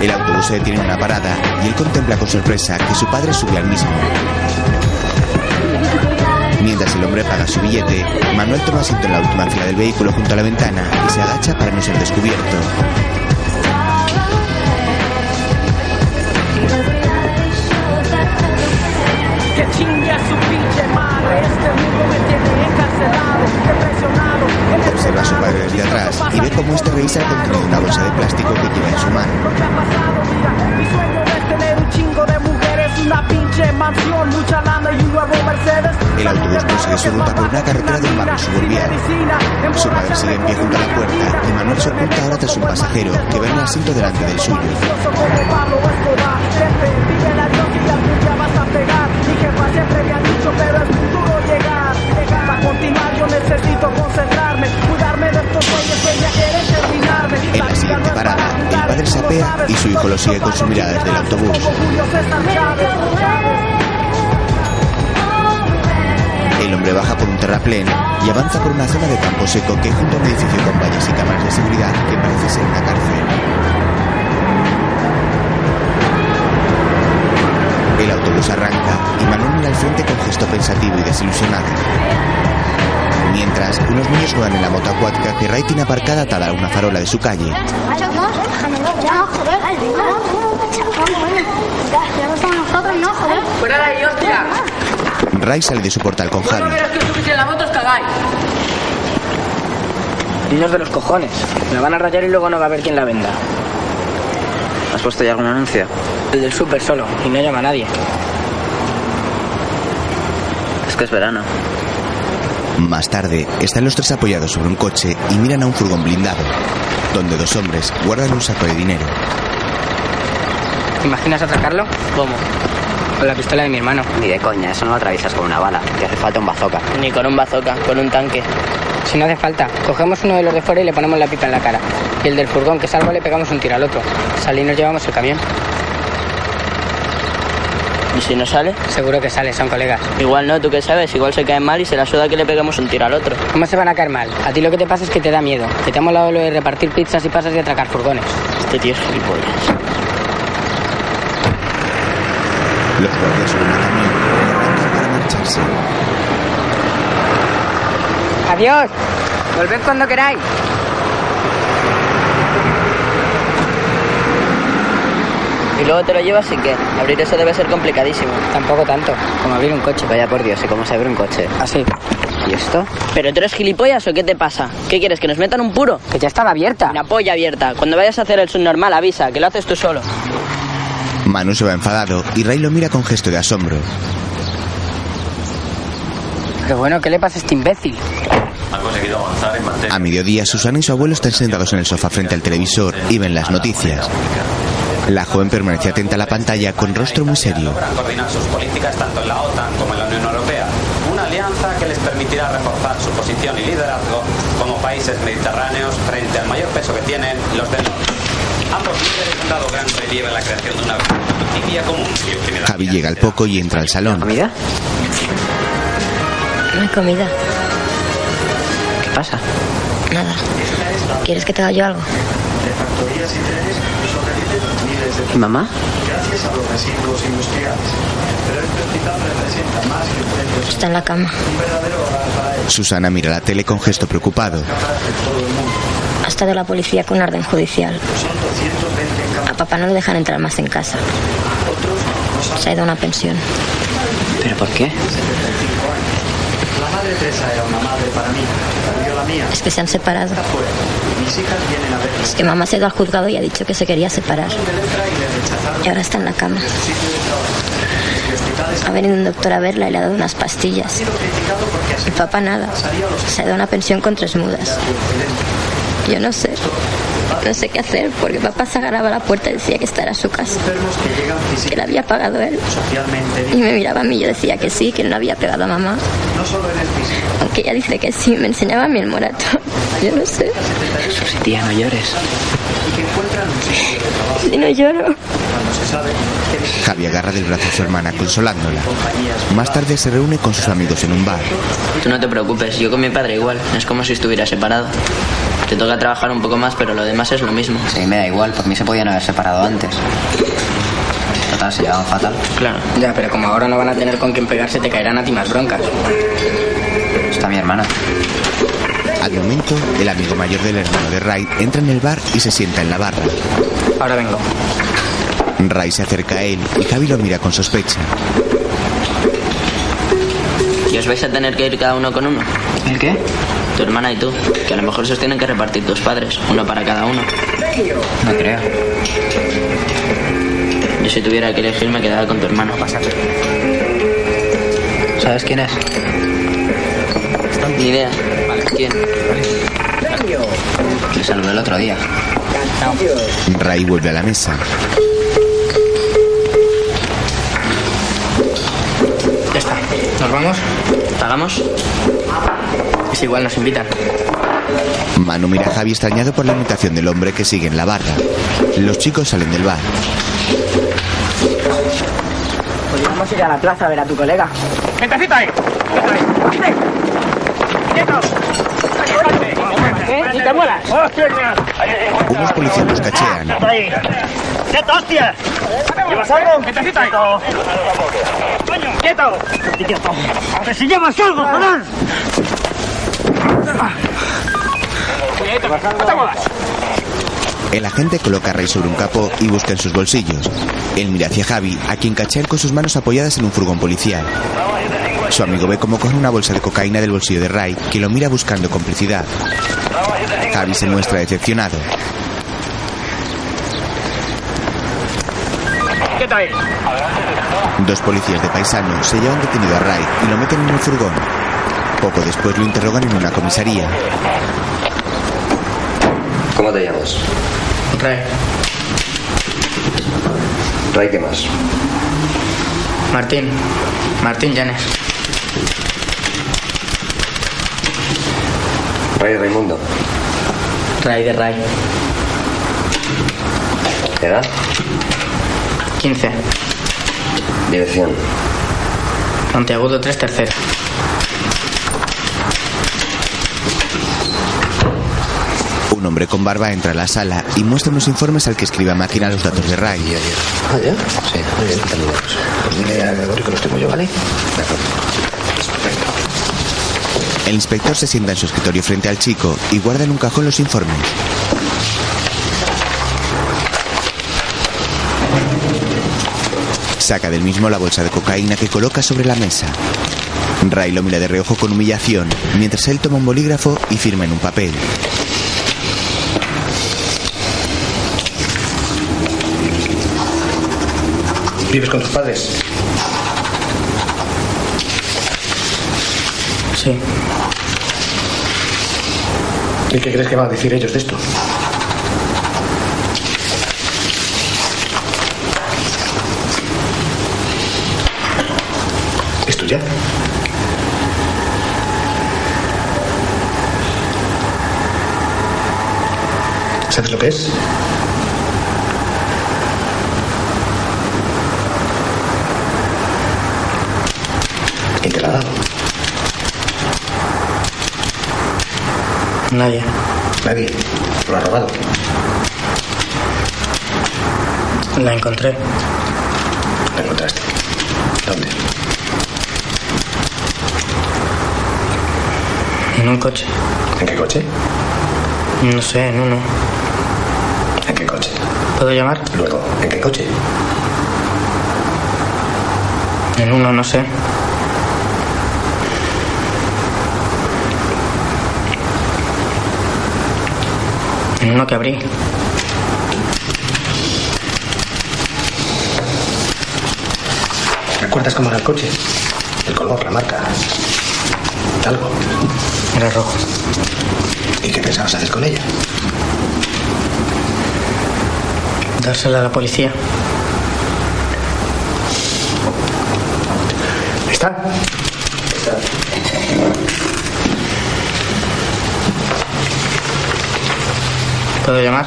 Speaker 1: El autobús se detiene en una parada y él contempla con sorpresa que su padre sube al mismo. Mientras el hombre paga su billete, Manuel toma asiento en la última fila del vehículo junto a la ventana y se agacha para no ser descubierto. Observa a su padre desde atrás y ve cómo este revisa el contenido de una bolsa de plástico que lleva en su mano. El autobús prosigue su ruta por una carretera de un barrio suburbial. Su padre sigue en pie junto a la puerta y Manuel se oculta ahora tras un pasajero que va en un asiento delante del suyo.
Speaker 12: Vive la noche y algún día vas a pegar. Mi jefa siempre me ha dicho, pero es muy duro llegar.
Speaker 9: necesito concentrarme, cuidarme de estos sueños que ya quieren terminarme.
Speaker 1: En la siguiente parada, el padre sapea y su hijo lo sigue con su mirada desde el autobús. El hombre baja por un terraplén y avanza por una zona de campo seco que junto a un edificio con vallas y cámaras de seguridad que parece ser una cárcel. El autobús arranca y Manuel mira al frente con gesto pensativo y desilusionado. Mientras, unos niños juegan en la moto acuática que Ray tiene aparcada atada a una farola de su calle.
Speaker 9: Fuera de ahí, hostia.
Speaker 1: Ray sale de su portal con Javi.
Speaker 9: que os subís en la moto os cagáis.
Speaker 3: Niños de los cojones. Me van a rayar y luego no va a haber quien la venda. ¿Has puesto ya algún anuncio? El del súper solo, y no llama a nadie. Es que es verano.
Speaker 1: Más tarde, están los tres apoyados sobre un coche y miran a un furgón blindado, donde dos hombres guardan un saco de dinero.
Speaker 2: ¿Te imaginas atracarlo? ¿Cómo? Con la pistola de mi hermano. Ni de coña, eso no lo atraviesas con una bala. Te hace falta un bazooka.
Speaker 3: Ni con un bazooka, con un tanque.
Speaker 2: Si no hace falta, cogemos uno de los de fuera y le ponemos la pipa en la cara. Y el del furgón que salva le pegamos un tiro al otro. Sale y nos llevamos el camión.
Speaker 3: ¿Y si no sale?
Speaker 2: Seguro que sale, son colegas.
Speaker 3: Igual no, tú qué sabes, igual se caen mal y se la suda que le pegamos un tiro al otro.
Speaker 2: ¿Cómo se van a caer mal? A ti lo que te pasa es que te da miedo. Que te ha molado lo de repartir pizzas y pasas de atracar furgones.
Speaker 3: Este tío es gilipollas.
Speaker 1: Los guardias suben al camión y arrancan para marcharse.
Speaker 8: Adiós. Volved cuando queráis.
Speaker 3: ¿Y luego te lo llevas y qué? Abrir eso debe ser complicadísimo.
Speaker 2: Tampoco tanto, como abrir un coche.
Speaker 10: Vaya por Dios, ¿y cómo se abre un coche?
Speaker 2: Así,
Speaker 10: ¿Y esto?
Speaker 3: ¿Pero tú eres gilipollas o qué te pasa? ¿Qué quieres, que nos metan un puro?
Speaker 2: que ya estaba abierta.
Speaker 3: Una polla abierta. Cuando vayas a hacer el subnormal, avisa, que lo haces tú solo.
Speaker 1: Manu se va enfadado y Ray lo mira con gesto de asombro.
Speaker 2: Pero bueno, ¿qué le pasa a este imbécil?
Speaker 4: Han conseguido avanzar en materia.
Speaker 1: A mediodía, Susana y su abuelo están sentados en el sofá frente al televisor y ven las noticias. La joven permanece atenta a la pantalla con rostro muy serio.
Speaker 4: Logran coordinar sus políticas tanto en la OTAN como en la Unión Europea. Una alianza que les permitirá reforzar su posición y liderazgo como países mediterráneos frente al mayor peso que tienen los del norte. Ambos líderes han dado gran relieve a la creación de una justicia común y optimidad.
Speaker 1: Javi llega al poco y entra al salón.
Speaker 19: No hay comida.
Speaker 3: ¿Qué pasa?
Speaker 19: Nada. ¿Quieres que te haga yo algo?
Speaker 3: ¿Y mamá?
Speaker 19: Está en la cama.
Speaker 1: Susana mira la tele con gesto preocupado.
Speaker 19: Ha estado la policía con orden judicial. A papá no le dejan entrar más en casa. Se ha ido a una pensión.
Speaker 3: ¿Pero por qué?
Speaker 14: La madre Teresa era una madre para mí, perdió la mía.
Speaker 19: Es que se han separado.
Speaker 14: Fuera. Mis hijas vienen a verme.
Speaker 19: Es que mamá se ha ido al juzgado y ha dicho que se quería separar. Y ahora está en la cama. Ha venido un doctor a verla y le ha dado unas pastillas. Y papá nada. Se ha ido a una pensión con tres mudas. Yo no sé. No sé qué hacer porque papá se agarraba a la puerta y decía que esta era su casa. Que la había pagado él. Y me miraba a mí y yo decía que sí, que no había pegado a mamá. Aunque ella dice que sí, me enseñaba a mí el morato. Yo no sé.
Speaker 3: Susi, tía, no llores.
Speaker 19: Si no lloro.
Speaker 1: Javi agarra del brazo a su hermana consolándola. Más tarde se reúne con sus amigos en un bar.
Speaker 3: Tú no te preocupes, yo con mi padre igual. Es como si estuviera separado. Te toca trabajar un poco más, pero lo demás es lo mismo.
Speaker 10: Sí, me da igual, por mí se podían haber separado antes. Total, se llevaban fatal.
Speaker 3: Claro.
Speaker 2: Ya, pero como ahora no van a tener con quién pegarse, te caerán a ti más broncas.
Speaker 10: Está mi hermana.
Speaker 1: Al momento, el amigo mayor del hermano de Ray entra en el bar y se sienta en la barra.
Speaker 2: Ahora vengo.
Speaker 1: Ray se acerca a él y Javi lo mira con sospecha.
Speaker 3: ¿Y os vais a tener que ir cada uno con uno?
Speaker 2: ¿El qué?
Speaker 3: Tu hermana y tú. Que a lo mejor se os tienen que repartir tus padres. Uno para cada uno.
Speaker 10: No creo.
Speaker 3: Yo si tuviera que elegir me quedaba con tu hermano.
Speaker 10: ¿Sabes quién es?
Speaker 3: Ni idea. ¿Quién?
Speaker 10: Le saludé el otro día.
Speaker 1: Ray vuelve a la mesa.
Speaker 3: Ya está.
Speaker 2: ¿Nos vamos?
Speaker 3: ¿Pagamos?
Speaker 2: Es igual, nos invitan.
Speaker 1: Manu mira a Javi extrañado por la imitación del hombre que sigue en la barra. Los chicos salen del bar.
Speaker 25: Podríamos ir Pues a la plaza a ver a tu colega.
Speaker 12: ¡Gentecito ahí!
Speaker 25: ¿Eh? ¿Y te muelas?
Speaker 1: Unos policías los cachean.
Speaker 12: ¡Quieto, hostia! ¿Llevas algo? ¡Gentecito ahí! ¡Quieto! ¡Quieto! ¡A ver si llevas algo, joder! ¡No te muevas!
Speaker 1: El agente coloca a Rey sobre un capó y busca en sus bolsillos. Él mira hacia Javi, a quien cachean con sus manos apoyadas en un furgón policial. Su amigo ve cómo coge una bolsa de cocaína del bolsillo de Ray, que lo mira buscando complicidad. Javi se muestra decepcionado.
Speaker 12: ¿Qué tal?
Speaker 1: Dos policías de paisano se llevan detenido a Ray y lo meten en un furgón. Poco después lo interrogan en una comisaría.
Speaker 6: ¿Cómo te llamas?
Speaker 2: Ray,
Speaker 6: Ray, ¿qué más?
Speaker 2: Martín, Martín Llanes.
Speaker 6: Ray Raimundo.
Speaker 2: Ray de Ray.
Speaker 6: ¿Edad?
Speaker 2: 15.
Speaker 6: Dirección.
Speaker 2: Monteagudo 3 tercero.
Speaker 1: Un hombre con barba entra a la sala y muestra unos informes al que escribe a máquina los datos de Ray.
Speaker 6: ¿Ah, ya? Sí, muy bien, también lo paso. Pues mira, me voy que los tengo yo, ¿vale? De acuerdo.
Speaker 1: El inspector se sienta en su escritorio frente al chico y guarda en un cajón los informes. Saca del mismo la bolsa de cocaína que coloca sobre la mesa. Ray lo mira de reojo con humillación, mientras él toma un bolígrafo y firma en un papel.
Speaker 6: ¿Vives con tus padres?
Speaker 2: Sí.
Speaker 6: ¿Y qué crees que van a decir ellos de esto? ¿Es tuya? ¿Sabes lo que es? ¿Quién te la ha dado?
Speaker 2: Nadie.
Speaker 6: Nadie. Lo ha robado.
Speaker 2: La encontré.
Speaker 6: La encontraste. ¿Dónde?
Speaker 2: En un coche.
Speaker 6: ¿En qué coche?
Speaker 2: No sé, en uno.
Speaker 6: ¿En qué coche?
Speaker 2: ¿Puedo llamar?
Speaker 6: Luego, ¿en qué coche?
Speaker 2: En uno, no sé. En uno que abrí.
Speaker 6: ¿Recuerdas cómo era el coche? El color, la marca. Algo.
Speaker 2: Era rojo.
Speaker 6: ¿Y qué pensabas hacer con ella?
Speaker 2: Dársela a la policía.
Speaker 6: ¿Está?
Speaker 2: ¿Puedo llamar?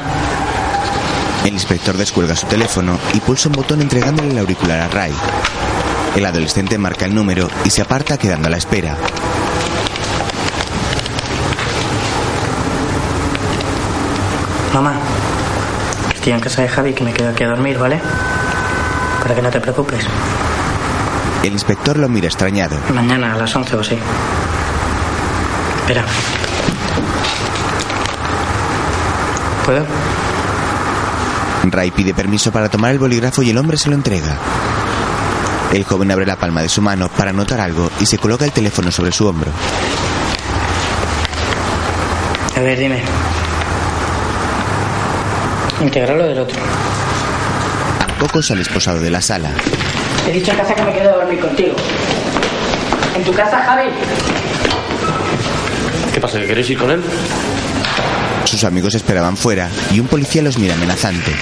Speaker 1: El inspector descuelga su teléfono y pulsa un botón entregándole el auricular a Ray. El adolescente marca el número y se aparta quedando a la espera.
Speaker 2: Mamá, estoy en casa de Javi que me quedo aquí a dormir, ¿vale? Para que no te preocupes.
Speaker 1: El inspector lo mira extrañado.
Speaker 2: Mañana a las 11 o así. Espera. ¿Puedo?
Speaker 1: Ray pide permiso para tomar el bolígrafo y el hombre se lo entrega. El joven abre la palma de su mano para anotar algo y se coloca el teléfono sobre su hombro.
Speaker 2: A ver, dime. Integralo del otro.
Speaker 1: A poco sale esposado de la sala.
Speaker 25: Te he dicho en casa que me quedo a dormir contigo. ¿En tu casa, Javi?
Speaker 4: ¿Qué pasa? ¿Que queréis ir con él?
Speaker 1: Sus amigos esperaban fuera y un policía los mira amenazante.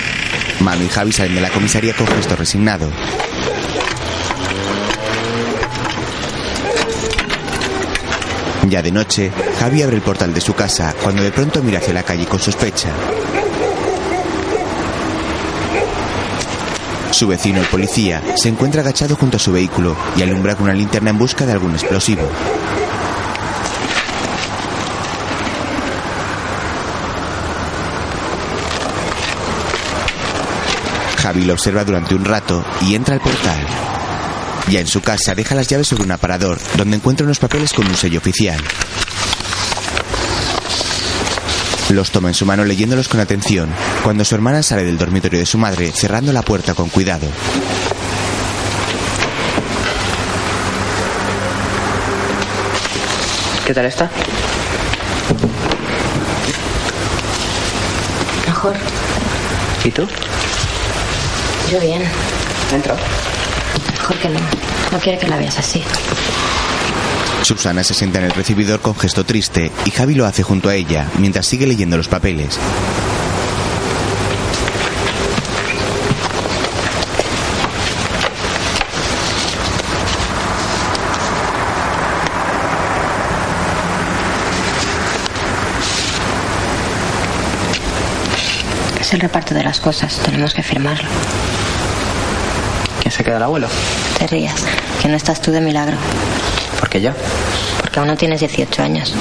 Speaker 1: Manu y Javi salen de la comisaría con gesto resignado. Ya de noche, Javi abre el portal de su casa cuando de pronto mira hacia la calle con sospecha. Su vecino, el policía, se encuentra agachado junto a su vehículo y alumbra con una linterna en busca de algún explosivo. Javi lo observa durante un rato y entra al portal. Ya en su casa deja las llaves sobre un aparador, donde encuentra unos papeles con un sello oficial. Los toma en su mano leyéndolos con atención, cuando su hermana sale del dormitorio de su madre, cerrando la puerta con cuidado.
Speaker 6: ¿Qué tal está?
Speaker 22: Mejor.
Speaker 6: ¿Y tú?
Speaker 22: Yo bien.
Speaker 6: Dentro.
Speaker 22: Mejor que no. No quiero que la veas así.
Speaker 1: Susana se sienta en el recibidor con gesto triste y Javi lo hace junto a ella, mientras sigue leyendo los papeles.
Speaker 22: Es el reparto de las cosas. Tenemos que firmarlo.
Speaker 6: ¿Quién se queda el abuelo?
Speaker 22: Te rías. Que no estás tú de milagro.
Speaker 6: ¿Por qué yo?
Speaker 22: Porque aún no tienes 18 años.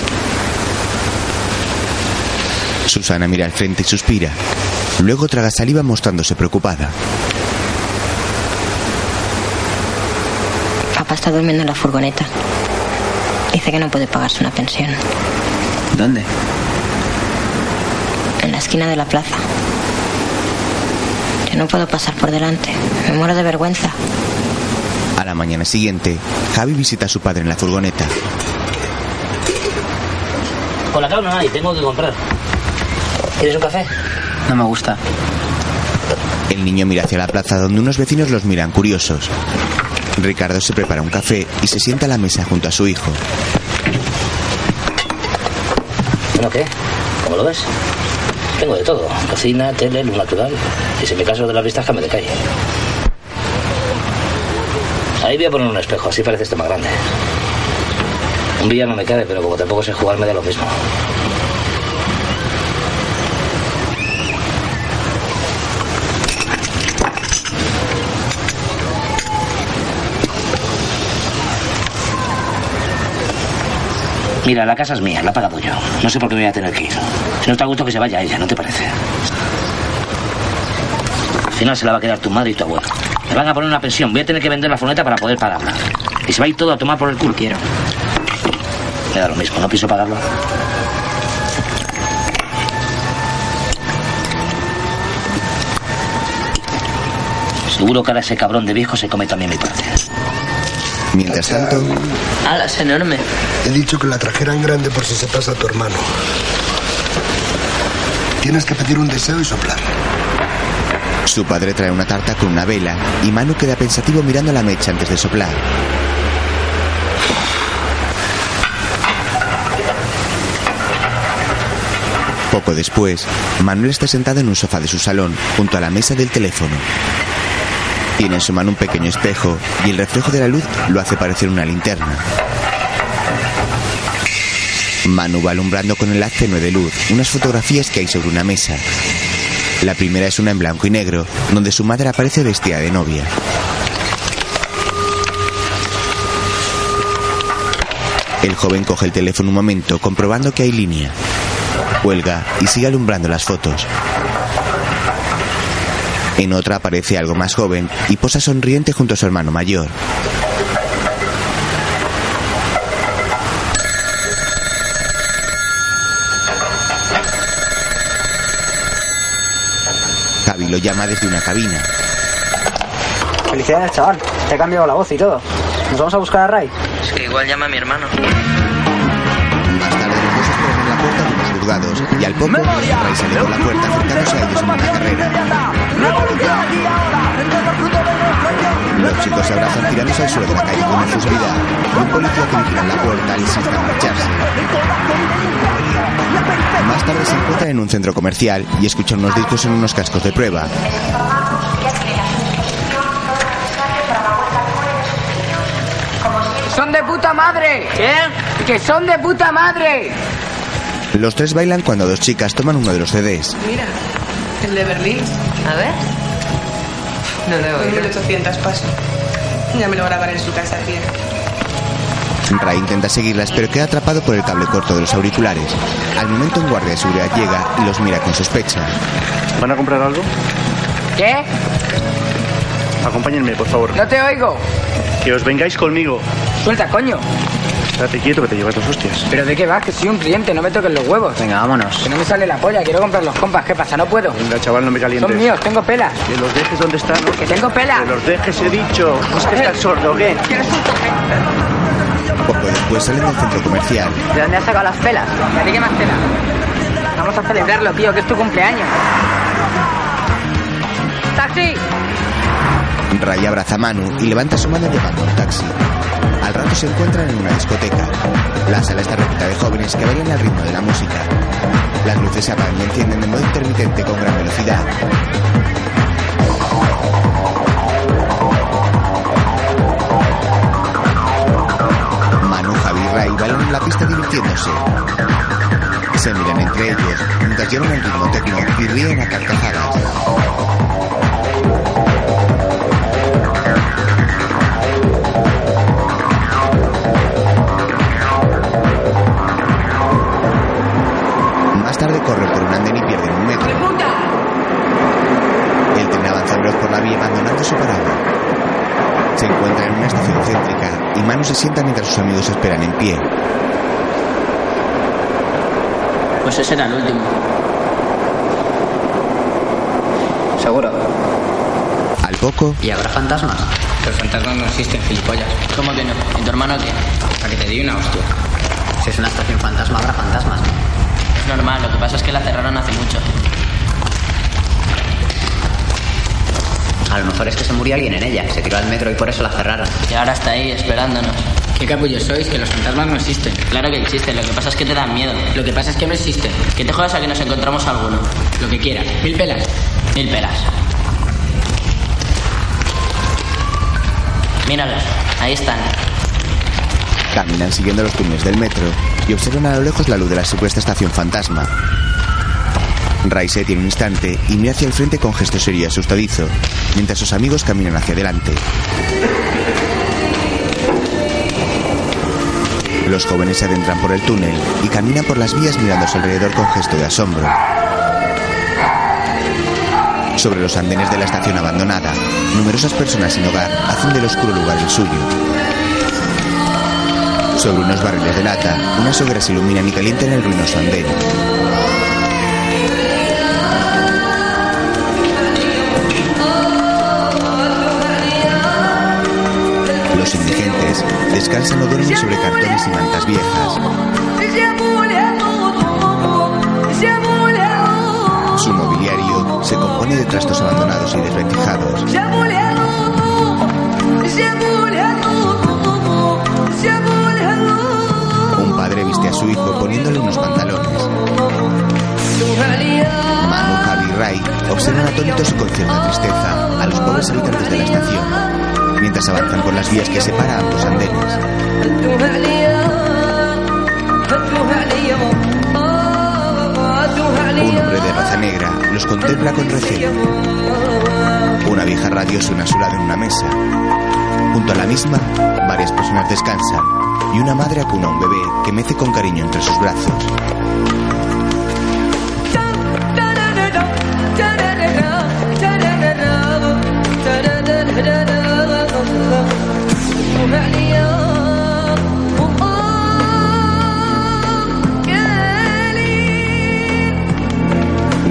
Speaker 1: Susana mira al frente y suspira. Luego traga saliva mostrándose preocupada.
Speaker 22: Papá está durmiendo en la furgoneta. Dice que no puede pagarse una pensión.
Speaker 6: ¿Dónde?
Speaker 22: En la esquina de la plaza. Yo no puedo pasar por delante. Me muero de vergüenza.
Speaker 1: A la mañana siguiente, Javi visita a su padre en la furgoneta.
Speaker 2: Con la calma hay, tengo que comprar. ¿Quieres un café?
Speaker 6: No me gusta.
Speaker 1: El niño mira hacia la plaza donde unos vecinos los miran curiosos. Ricardo se prepara un café y se sienta a la mesa junto a su hijo.
Speaker 5: Bueno, ¿qué? ¿Cómo lo ves? Tengo de todo. Cocina, tele, luz natural. Y si me caso de las vistas, cambio de calle. Ahí voy a poner un espejo, así parece esto más grande. Un día no me cabe, pero como tampoco sé jugar, me da lo mismo. Mira, la casa es mía, la he pagado yo. No sé por qué me voy a tener que ir. Si no está a gusto que se vaya ella, ¿no te parece? Al final se la va a quedar tu madre y tu abuelo. Me van a poner una pensión. Voy a tener que vender la foneta para poder pagarla. Y se va a ir todo a tomar por el culo. Quiero. Me da lo mismo. No pienso pagarlo. Seguro que ahora ese cabrón de viejo se come también mi parte.
Speaker 1: Mientras tanto,
Speaker 6: Alas enorme.
Speaker 3: he dicho que la trajeran grande por si se pasa a tu hermano. Tienes que pedir un deseo y soplar.
Speaker 1: su padre trae una tarta con una vela y Manu queda pensativo mirando la mecha antes de soplar. Poco después, Manuel está sentado en un sofá de su salón, junto a la mesa del teléfono. Tiene en su mano un pequeño espejo y el reflejo de la luz lo hace parecer una linterna. Manu va alumbrando con el haz tenue de luz unas fotografías que hay sobre una mesa. La primera es una en blanco y negro, donde su madre aparece vestida de novia. El joven coge el teléfono un momento, comprobando que hay línea. Huelga y sigue alumbrando las fotos. En otra aparece algo más joven y posa sonriente junto a su hermano mayor. Javi lo llama desde una cabina.
Speaker 10: Felicidades, chaval. Te he cambiado la voz y todo. ¿Nos vamos a buscar a Ray?
Speaker 6: Es que igual llama a mi hermano.
Speaker 1: Más tarde los dos esperan en la puerta de los juzgados y al poco Ray sale por la puerta enfrentándose a ellos en una carrera. Los chicos se abrazan tirándose al suelo de la calle con efusividad. Un policía que vigila en la puerta les insta a marcharse. Más tarde se encuentran en un centro comercial y escuchan unos discos en unos cascos de prueba.
Speaker 26: ¡Son de puta madre!
Speaker 2: ¿Qué?
Speaker 8: ¡Que son de puta madre!
Speaker 1: Los tres bailan cuando dos chicas toman uno de los CDs.
Speaker 11: Mira, el de Berlín.
Speaker 23: A ver. No lo he oído.
Speaker 11: 1800 paso. Ya me lo grabaré en su casa, tía.
Speaker 1: Ray intenta seguirlas, pero queda atrapado por el cable corto de los auriculares. Al momento, un guardia de seguridad llega y los mira con sospecha.
Speaker 27: ¿Van a comprar algo?
Speaker 8: ¿Qué?
Speaker 27: Acompáñenme, por favor.
Speaker 8: No te oigo.
Speaker 27: Que os vengáis conmigo.
Speaker 8: Suelta, coño.
Speaker 27: Estate quieto que te llevas las hostias.
Speaker 8: ¿Pero de qué vas? Que soy un cliente, no me toques los huevos.
Speaker 2: Venga, vámonos.
Speaker 8: Que no me sale la polla, quiero comprar los compas. ¿Qué pasa? No puedo.
Speaker 27: Venga, chaval, no me calientes.
Speaker 8: Son míos, tengo pelas.
Speaker 27: Que los dejes donde están.
Speaker 8: Que tengo pelas.
Speaker 27: Que los dejes, he dicho. Es que estás sordo, ¿qué?
Speaker 1: Poco después Pues salen del centro comercial.
Speaker 8: ¿De dónde has sacado las pelas? ¿Y a ti qué más pelas? Vamos a celebrarlo, tío, que es tu cumpleaños. ¡Taxi!
Speaker 1: Ray abraza a Manu y levanta su mano llamando un taxi. Al rato se encuentran en una discoteca. La sala está repleta de jóvenes que bailan al ritmo de la música. Las luces se apagan y encienden de modo intermitente con gran velocidad. Manu, Javi y Ray bailan en la pista divirtiéndose. Se miran entre ellos, mientras llevan el ritmo tecno y ríen a carcajadas. tarde corren por un andén y pierden un metro. El tren avanza veloz por la vía abandonando su parada. Se encuentra en una estación céntrica y Manu se sienta mientras sus amigos esperan en pie.
Speaker 3: Pues ese era el último.
Speaker 2: Seguro.
Speaker 1: Al poco.
Speaker 2: ¿Y habrá fantasmas? Los fantasmas no existen, gilipollas.
Speaker 3: ¿Cómo que no? ¿Y tu hermano qué?
Speaker 2: A que te di una hostia. Si es una estación fantasma, habrá fantasmas
Speaker 3: normal, lo que pasa es que la cerraron hace mucho.
Speaker 2: A lo mejor es que se murió alguien en ella, se tiró al metro y por eso la cerraron.
Speaker 3: Y ahora está ahí, esperándonos.
Speaker 2: Qué capullos sois, que los fantasmas no existen.
Speaker 3: Claro que existen, lo que pasa es que te dan miedo.
Speaker 2: Lo que pasa es que no existen.
Speaker 3: Que te jodas a que nos encontramos alguno.
Speaker 2: Lo que quieras. Mil pelas.
Speaker 3: Mil pelas. Míralos, ahí están.
Speaker 1: Caminan siguiendo los túneles del metro y observan a lo lejos la luz de la supuesta estación fantasma. Ray se tiene un instante y mira hacia el frente con gesto serio y asustadizo, mientras sus amigos caminan hacia adelante. Los jóvenes se adentran por el túnel y caminan por las vías mirando a su alrededor con gesto de asombro. Sobre los andenes de la estación abandonada, numerosas personas sin hogar hacen del oscuro lugar el suyo. Sobre unos barriles de lata, unas hogueras iluminan y calientan el ruinoso andén. Los indigentes descansan o duermen sobre cartones y mantas viejas. Su mobiliario se compone de trastos abandonados y desventijados. Un padre viste a su hijo poniéndole unos pantalones. Manu, Javi y Ray observan atónitos y con cierta tristeza a los pobres habitantes de la estación, mientras avanzan por las vías que separan ambos andenes. Un hombre de raza negra los contempla con recelo. Una vieja radio suena a su lado en una mesa. Junto a la misma, varias personas descansan y una madre acuna a un bebé que mece con cariño entre sus brazos.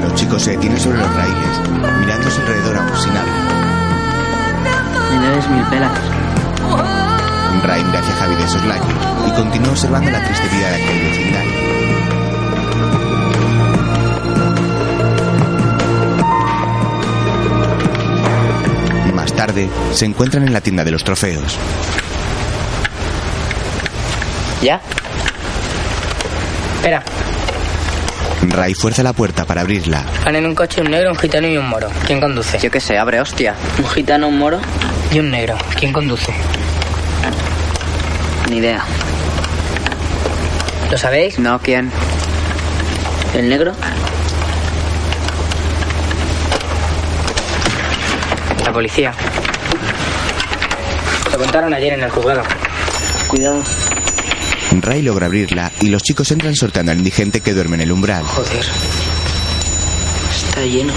Speaker 1: Los chicos se detienen sobre los raíles, mirándose alrededor aún sin hablar.
Speaker 3: Me debes mil pelas.
Speaker 1: Ray mira hacia Javi de soslayo y continúa observando la triste vida de aquel vecindario. Más tarde, se encuentran en la tienda de los trofeos.
Speaker 2: ¿Ya?
Speaker 8: Espera.
Speaker 1: Ray fuerza la puerta para abrirla.
Speaker 8: Van en un coche un negro, un gitano y un moro. ¿Quién conduce?
Speaker 2: Yo qué sé, abre, hostia.
Speaker 3: ¿Un gitano, un moro?
Speaker 8: Y un negro. ¿Quién conduce?
Speaker 3: Ni idea.
Speaker 2: ¿Lo sabéis? No, ¿quién?
Speaker 3: ¿El negro?
Speaker 2: La policía. Lo contaron ayer en el juzgado.
Speaker 3: Cuidado.
Speaker 1: Ray logra abrirla y los chicos entran sorteando al indigente que duerme en el umbral.
Speaker 3: Joder. Está lleno.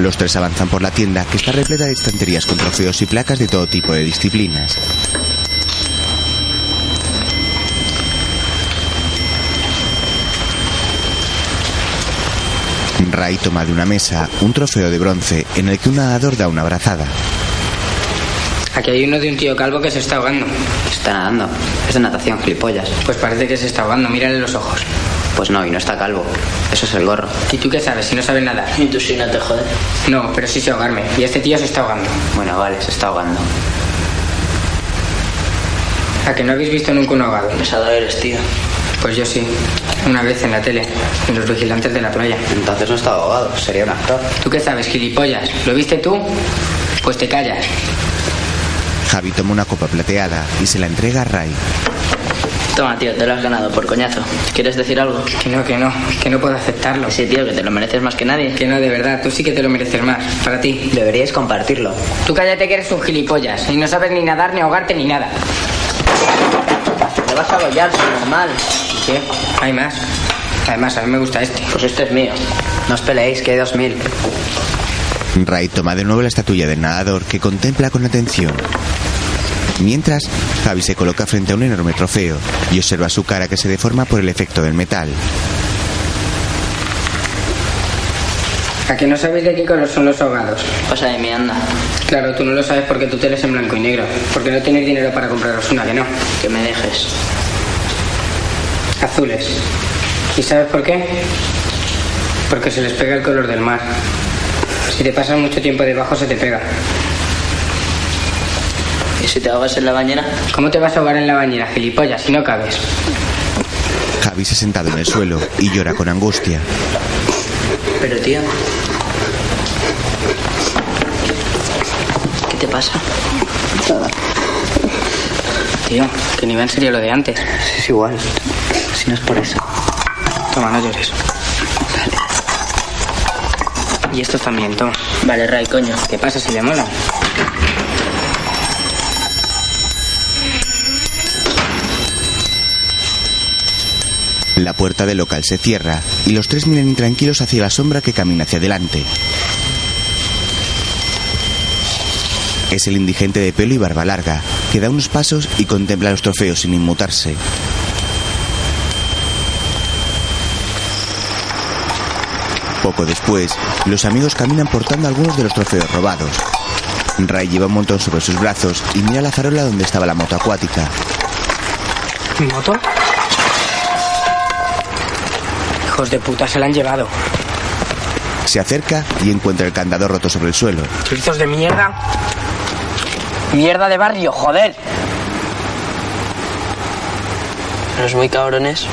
Speaker 1: Los tres avanzan por la tienda que está repleta de estanterías con trofeos y placas de todo tipo de disciplinas. Ray toma de una mesa un trofeo de bronce en el que un nadador da una abrazada.
Speaker 2: Aquí hay uno de un tío calvo que se está ahogando.
Speaker 3: Está nadando. Es de natación, gilipollas.
Speaker 2: Pues parece que se está ahogando, mírale los ojos.
Speaker 3: Pues no, y no está calvo. Eso es el gorro.
Speaker 2: ¿Y tú qué sabes si no sabes nadar?
Speaker 3: Y tú sí, no te jodes.
Speaker 2: No, pero sí sé ahogarme. Y este tío se está ahogando.
Speaker 3: Bueno, vale, se está ahogando.
Speaker 2: ¿A que no habéis visto nunca un ahogado?
Speaker 3: Pesado eres, tío.
Speaker 2: Pues yo sí. Una vez en la tele. En los vigilantes de la playa.
Speaker 3: Entonces no está ahogado, sería un actor.
Speaker 2: ¿Tú qué sabes, gilipollas? ¿Lo viste tú? Pues te callas.
Speaker 1: Javi toma una copa plateada y se la entrega a Ray.
Speaker 3: Toma, tío, te lo has ganado por coñazo. ¿Quieres decir algo?
Speaker 2: Que no, que no, que no puedo aceptarlo.
Speaker 3: Sí, tío, que te lo mereces más que nadie.
Speaker 2: Que no, de verdad, tú sí que te lo mereces más. Para ti.
Speaker 3: Deberíais compartirlo.
Speaker 2: Tú cállate que eres un gilipollas y no sabes ni nadar, ni ahogarte, ni nada.
Speaker 3: Te vas a abollar, normal.
Speaker 2: ¿Qué? Hay más. Además, a mí me gusta este.
Speaker 3: Pues este es mío. No os peleéis, que hay dos mil.
Speaker 1: Ray toma de nuevo la estatuilla del nadador que contempla con atención. Mientras, Javi se coloca frente a un enorme trofeo y observa su cara que se deforma por el efecto del metal.
Speaker 2: ¿A que no sabéis de qué color son los ahogados?
Speaker 3: Pasa de mí, anda.
Speaker 2: Claro, tú no lo sabes porque tu tele es en blanco y negro. Porque no tenéis dinero para compraros una, que no.
Speaker 3: Que me dejes.
Speaker 2: Azules. ¿Y sabes por qué? Porque se les pega el color del mar. Si te pasas mucho tiempo debajo se te pega.
Speaker 3: ¿Y si te ahogas en la bañera?
Speaker 2: ¿Cómo te vas a ahogar en la bañera, gilipollas, si no cabes?
Speaker 1: Javi se ha sentado en el suelo y llora con angustia.
Speaker 3: Pero tío... ¿Qué te pasa?
Speaker 2: Nada. Tío, que nivel sería lo de antes.
Speaker 3: Es igual. Si no es por eso.
Speaker 2: Toma, no llores. Y estos también, Tom.
Speaker 3: Vale, Ray, coño.
Speaker 2: ¿Qué pasa si le mola?
Speaker 1: La puerta del local se cierra y los tres miran intranquilos hacia la sombra que camina hacia adelante. Es el indigente de pelo y barba larga, que da unos pasos y contempla los trofeos sin inmutarse. Poco después, los amigos caminan portando algunos de los trofeos robados. Ray lleva un montón sobre sus brazos y mira la farola donde estaba la moto acuática.
Speaker 2: ¿Mi moto? Hijos de puta, se la han llevado.
Speaker 1: Se acerca y encuentra el candado roto sobre el suelo.
Speaker 2: ¡Chrizos de mierda! ¡Mierda de barrio, joder!
Speaker 3: Pero es muy cabrones.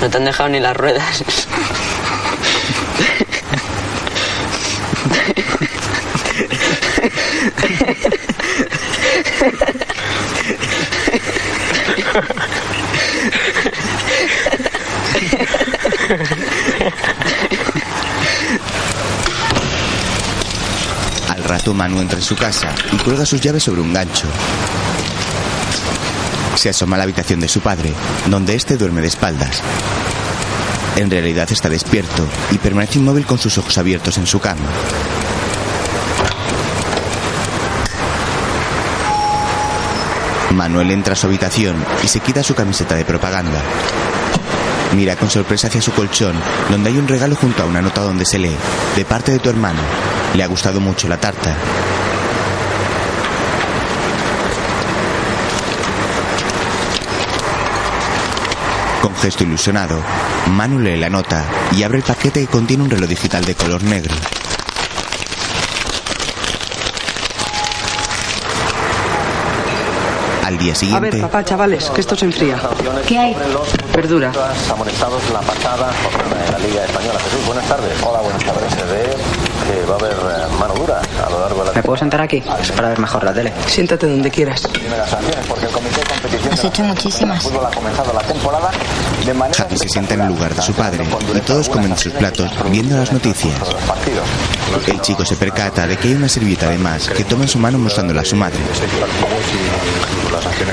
Speaker 3: No te han dejado ni las ruedas.
Speaker 1: Al rato Manu entra en su casa y cuelga sus llaves sobre un gancho. Se asoma a la habitación de su padre, donde éste duerme de espaldas. En realidad está despierto y permanece inmóvil con sus ojos abiertos en su cama. Manuel entra a su habitación y se quita su camiseta de propaganda. Mira con sorpresa hacia su colchón, donde hay un regalo junto a una nota donde se lee, de parte de tu hermano. Le ha gustado mucho la tarta. Con gesto ilusionado, Manu lee la nota y abre el paquete que contiene un reloj digital de color negro. Al día
Speaker 11: A
Speaker 1: siguiente,
Speaker 11: ver, papá, chavales, que esto se enfría. ¿Qué hay? Verdura.
Speaker 7: Amonestados la pasada jornada de la Liga Española. Jesús, buenas tardes. Hola, buenas tardes. que va a haber eh, mano dura a lo largo de la...
Speaker 2: ¿Me puedo sentar aquí? Es para ver mejor la tele.
Speaker 8: Siéntate donde quieras.
Speaker 7: Primeras sanciones porque el comité de competición
Speaker 19: Has
Speaker 7: de la
Speaker 19: hecho muchísimas.
Speaker 7: fútbol ha comenzado la temporada de manera
Speaker 1: Javi se sienta en el lugar de su padre y todos comen sus platos viendo las noticias. El chico se percata de que hay una servilleta de más que toma en su mano mostrándola a su madre.
Speaker 7: Este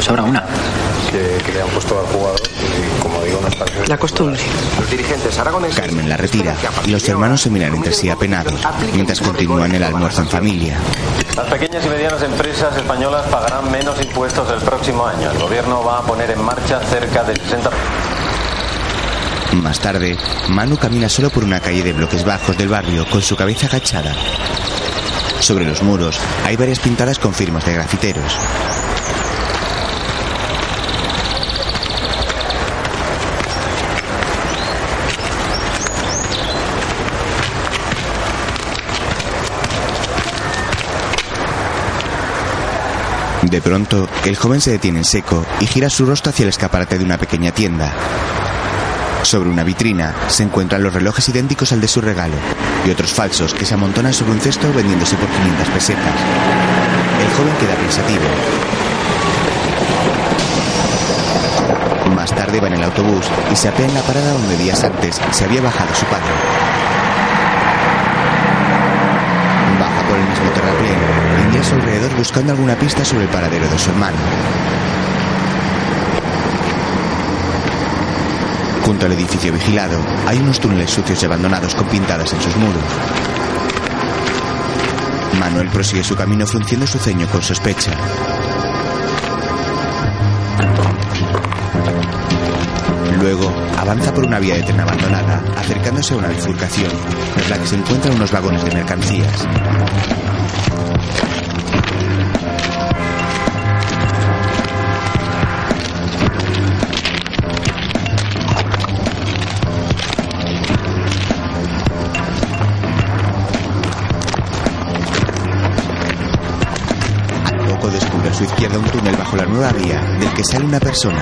Speaker 2: Sobra una.
Speaker 7: que, que le han puesto al jugador y como digo no está
Speaker 8: La costumbre.
Speaker 7: Los dirigentes aragoneses
Speaker 1: Carmen la retira y los hermanos se miran entre sí apenados mientras continúan el almuerzo en familia.
Speaker 4: Las pequeñas y medianas empresas españolas pagarán menos impuestos el próximo año. El gobierno va a poner en marcha cerca de 60...
Speaker 1: Más tarde, Manu camina solo por una calle de bloques bajos del barrio con su cabeza agachada. Sobre los muros hay varias pintadas con firmas de grafiteros. De pronto, el joven se detiene en seco y gira su rostro hacia el escaparate de una pequeña tienda. Sobre una vitrina se encuentran los relojes idénticos al de su regalo y otros falsos que se amontonan sobre un cesto vendiéndose por 500 pesetas. El joven queda pensativo. Más tarde va en el autobús y se apea en la parada donde días antes se había bajado su padre. Baja por el mismo terraplén y mira a su alrededor buscando alguna pista sobre el paradero de su hermano. Junto al edificio vigilado hay unos túneles sucios y abandonados con pintadas en sus muros. Manuel prosigue su camino frunciendo su ceño con sospecha. Luego avanza por una vía de tren abandonada, acercándose a una bifurcación, tras la que se encuentran unos vagones de mercancías. Al poco descubre a su izquierda un túnel bajo la nueva vía del que sale una persona.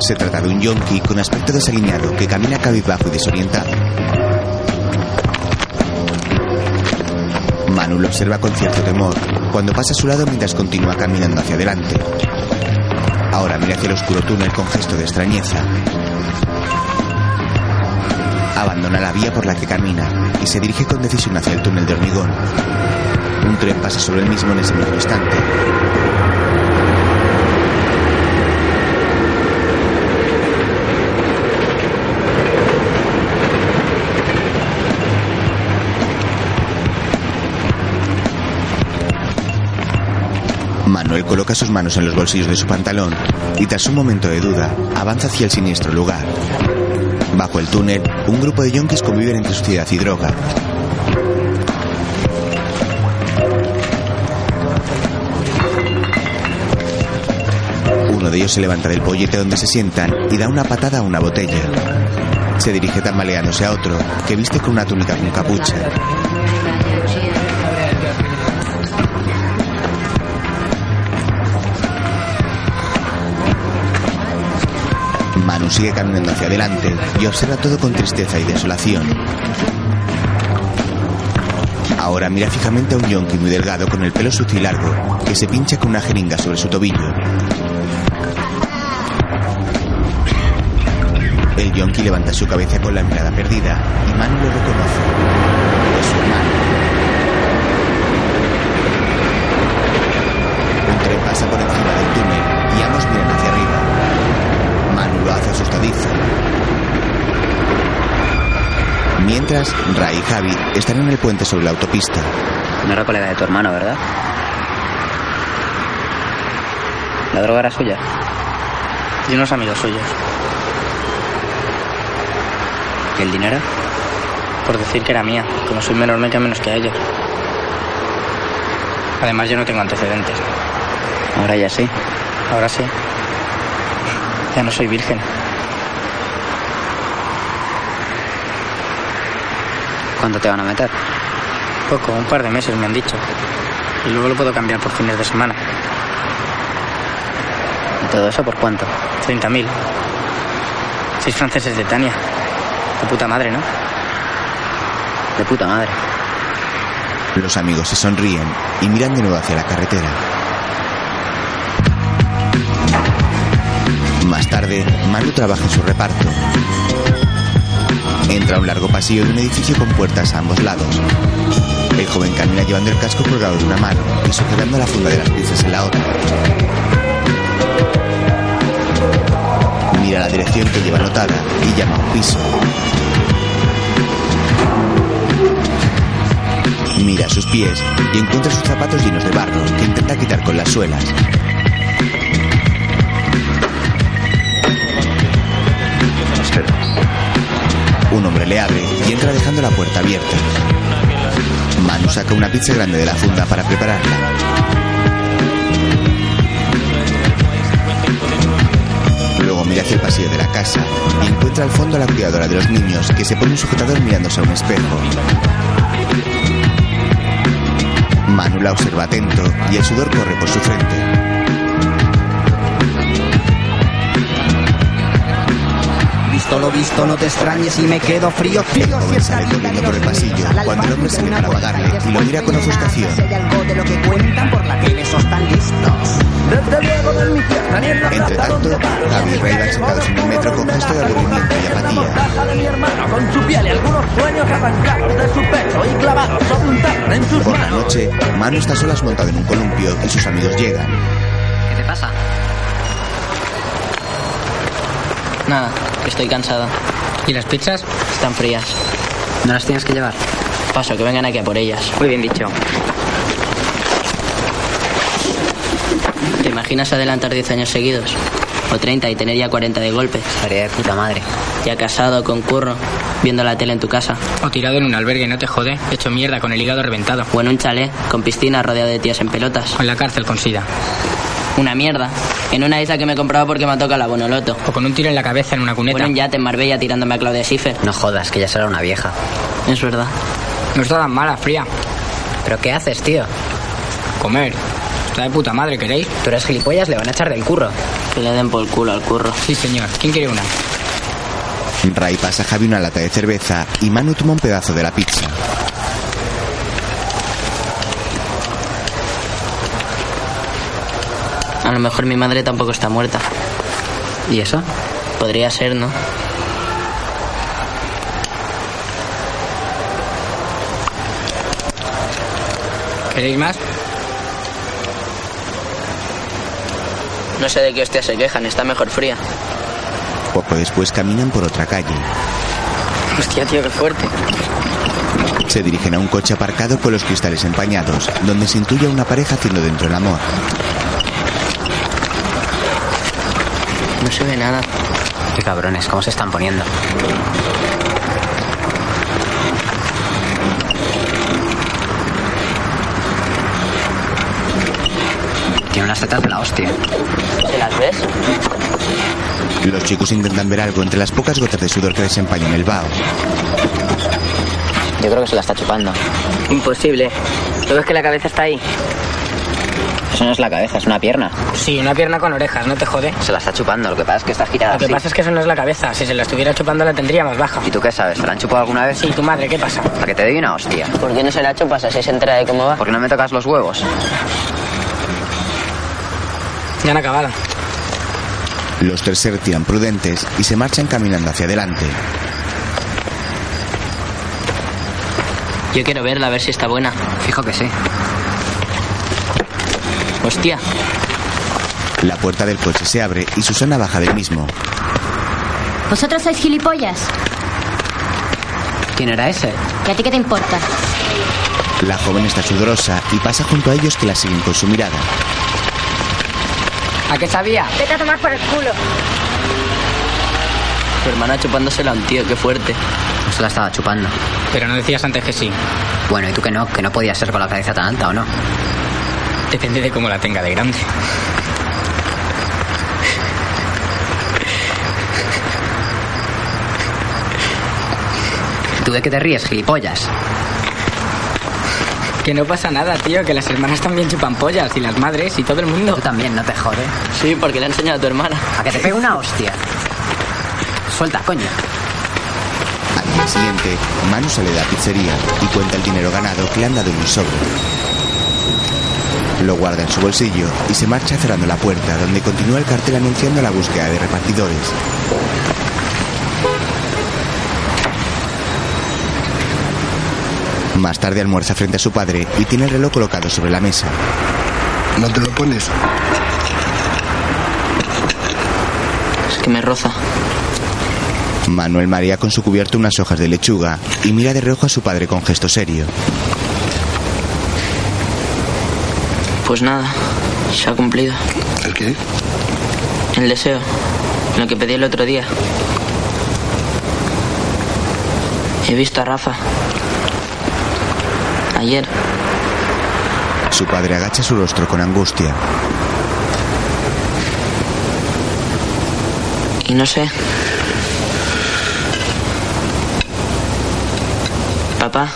Speaker 1: Se trata de un yonki con aspecto desaliñado que camina cabizbajo y desorientado. Manu lo observa con cierto temor cuando pasa a su lado mientras continúa caminando hacia adelante. Ahora mira hacia el oscuro túnel con gesto de extrañeza. Abandona la vía por la que camina y se dirige con decisión hacia el túnel de hormigón. Un tren pasa sobre el mismo en ese mismo instante. Manuel coloca sus manos en los bolsillos de su pantalón y tras un momento de duda avanza hacia el siniestro lugar. Bajo el túnel, un grupo de yonkis conviven entre suciedad y droga. Uno de ellos se levanta del pollete donde se sientan y da una patada a una botella. Se dirige tambaleándose a otro, que viste con una túnica con capucha. Manu sigue caminando hacia adelante y observa todo con tristeza y desolación. Ahora mira fijamente a un yonki muy delgado con el pelo sucio y largo, que se pincha con una jeringa sobre su tobillo. El yonki levanta su cabeza con la mirada perdida y Manu lo reconoce. Es su hermano. Un tren pasa por encima del túnel y ambos miran hacia arriba. Manu lo hace asustadizo. Mientras, Ray y Javi están en el puente sobre la autopista.
Speaker 2: No era colega de tu hermano, ¿verdad? La droga era suya. Y unos amigos suyos. ¿Y el dinero? Por decir que era mía. Como soy menor me queda menos que a ellos. Además yo no tengo antecedentes. Ahora ya sí. Ahora sí. Ya no soy virgen. ¿Cuándo te van a meter? Poco, un par de meses me han dicho. Y luego lo puedo cambiar por fines de semana. ¿Y todo eso por cuánto? 30.000. Seis franceses de Tania. De puta madre, ¿no? De puta madre.
Speaker 1: Los amigos se sonríen y miran de nuevo hacia la carretera. Más tarde, Manu trabaja en su reparto. Entra a un largo pasillo de un edificio con puertas a ambos lados. El joven camina llevando el casco colgado de una mano y sujetando la funda de las piezas en la otra. Mira la dirección que lleva anotada y llama a un piso. Mira sus pies y encuentra sus zapatos llenos de barro que intenta quitar con las suelas. Un hombre le abre y entra dejando la puerta abierta. Manu saca una pizza grande de la funda para prepararla. Luego mira hacia el pasillo de la casa y encuentra al fondo a la cuidadora de los niños que se pone un sujetador mirándose a un espejo. Manu la observa atento y el sudor corre por su frente.
Speaker 12: Visto lo visto, no te extrañes y me quedo frío,
Speaker 1: El
Speaker 12: frío.
Speaker 1: joven sale corriendo por el pasillo cuando el hombre se ve para pagarle y lo mira con ofuscación.
Speaker 12: Si hay algo de lo que cuentan por la tele, esos tan listos. Desde luego no es mi tierra, ni en la
Speaker 1: Entre tanto, Javi y Ray van sentados en un metro con gesto de aburrimiento y apatía.
Speaker 12: plaza de mi hermano, con su piel y algunos sueños arrancados de su pecho y clavados sobre un tarro en sus
Speaker 1: Por la noche, Manu está solas montado en un columpio y sus amigos llegan.
Speaker 2: ¿Qué te pasa?
Speaker 3: Nada, que estoy cansado.
Speaker 2: ¿Y las pizzas?
Speaker 3: Están frías.
Speaker 2: ¿No las tienes que llevar?
Speaker 3: Paso, que vengan aquí a por ellas.
Speaker 2: Muy bien dicho.
Speaker 3: ¿Te imaginas adelantar 10 años seguidos? O 30 y tener ya 40 de golpe.
Speaker 10: Estaría de puta madre.
Speaker 3: Ya casado, con curro, viendo la tele en tu casa.
Speaker 2: O tirado en un albergue, no te jode. Hecho mierda con el hígado reventado.
Speaker 3: O en un chalet, con piscina rodeado de tías en pelotas.
Speaker 2: O en la cárcel con sida.
Speaker 3: Una mierda. En una isla que me he comprado porque me toca la Bonoloto.
Speaker 2: O con un tiro en la cabeza en una
Speaker 3: O en
Speaker 2: cuneta.
Speaker 3: un yate en Marbella tirándome a Claudia Schiffer.
Speaker 10: No jodas, que ya será una vieja.
Speaker 3: Es verdad.
Speaker 2: No está tan mala, fría.
Speaker 10: ¿Pero qué haces, tío?
Speaker 2: Comer. Está de puta madre, ¿queréis?
Speaker 10: Tú eres gilipollas, le van a echar del curro.
Speaker 3: Que le den por el culo al curro.
Speaker 2: Sí, señor. ¿Quién quiere una?
Speaker 1: Ray pasa a Javi una lata de cerveza y Manu toma un pedazo de la pizza.
Speaker 3: A lo mejor mi madre tampoco está muerta.
Speaker 10: ¿Y eso?
Speaker 3: Podría ser, ¿no?
Speaker 2: ¿Queréis más?
Speaker 3: No sé de qué hostias se quejan, está mejor fría.
Speaker 1: Poco después caminan por otra calle.
Speaker 3: Hostia, tío, qué fuerte.
Speaker 1: Se dirigen a un coche aparcado con los cristales empañados, donde se intuye a una pareja haciendo dentro el amor.
Speaker 3: No se ve nada.
Speaker 10: Qué cabrones, ¿cómo se están poniendo? Tiene unas tetas de la hostia.
Speaker 3: ¿Se las ves?
Speaker 1: Los chicos intentan ver algo entre las pocas gotas de sudor que desempañan el vaho.
Speaker 3: Yo creo que se la está chupando. Imposible. ¿Tú ves que la cabeza está ahí?
Speaker 18: Eso no es la cabeza, es una pierna.
Speaker 2: Sí, una pierna con orejas, no te jode.
Speaker 18: Se la está chupando, lo que pasa es que está girada.
Speaker 2: Lo que pasa es que eso no es la cabeza. Si se la estuviera chupando la tendría más baja.
Speaker 18: ¿Y tú qué sabes? ¿Te la han chupado alguna vez?
Speaker 2: Sí, tu madre, ¿qué pasa?
Speaker 18: Para que te dé una hostia.
Speaker 3: ¿Por qué no se la chupas así se entera de cómo va?
Speaker 18: ¿Por qué no me tocas los huevos?
Speaker 2: Ya han acabado.
Speaker 1: Los tres se retiran prudentes y se marchan caminando hacia adelante.
Speaker 3: Yo quiero verla, a ver si está buena.
Speaker 10: Fijo que sí.
Speaker 3: Hostia,
Speaker 1: La puerta del coche se abre y Susana baja del mismo.
Speaker 24: ¿Vosotros sois gilipollas?
Speaker 10: ¿Quién era ese?
Speaker 24: ¿Y a ti qué te importa?
Speaker 1: La joven está sudorosa y pasa junto a ellos que la siguen con su mirada.
Speaker 2: ¿A qué sabía?
Speaker 24: Vete a tomar por el culo.
Speaker 3: tu hermana chupándosela a un tío, qué fuerte.
Speaker 10: No se la estaba chupando.
Speaker 2: Pero no decías antes que sí.
Speaker 10: Bueno, ¿y tú que no? Que no podía ser con la cabeza tan alta, ¿o no?
Speaker 2: Depende de cómo la tenga de grande.
Speaker 10: ¿Tú de qué te ríes, gilipollas?
Speaker 2: Que no pasa nada, tío, que las hermanas también chupan pollas y las madres y todo el mundo.
Speaker 10: Tú también, no te jode.
Speaker 3: Sí, porque le ha enseñado a tu hermana.
Speaker 10: A que te pegue una hostia. Suelta, coño.
Speaker 1: Al día siguiente, Manu sale de la pizzería y cuenta el dinero ganado que le han dado en un sobre. Lo guarda en su bolsillo y se marcha cerrando la puerta donde continúa el cartel anunciando la búsqueda de repartidores. Más tarde almuerza frente a su padre y tiene el reloj colocado sobre la mesa.
Speaker 28: ¿No te lo pones?
Speaker 3: Es que me roza.
Speaker 1: Manuel marea con su cubierto unas hojas de lechuga y mira de reojo a su padre con gesto serio.
Speaker 3: Pues nada, se ha cumplido.
Speaker 28: ¿El qué?
Speaker 3: El deseo. Lo que pedí el otro día. He visto a Rafa. Ayer.
Speaker 1: Su padre agacha su rostro con angustia.
Speaker 3: Y no sé. Papá.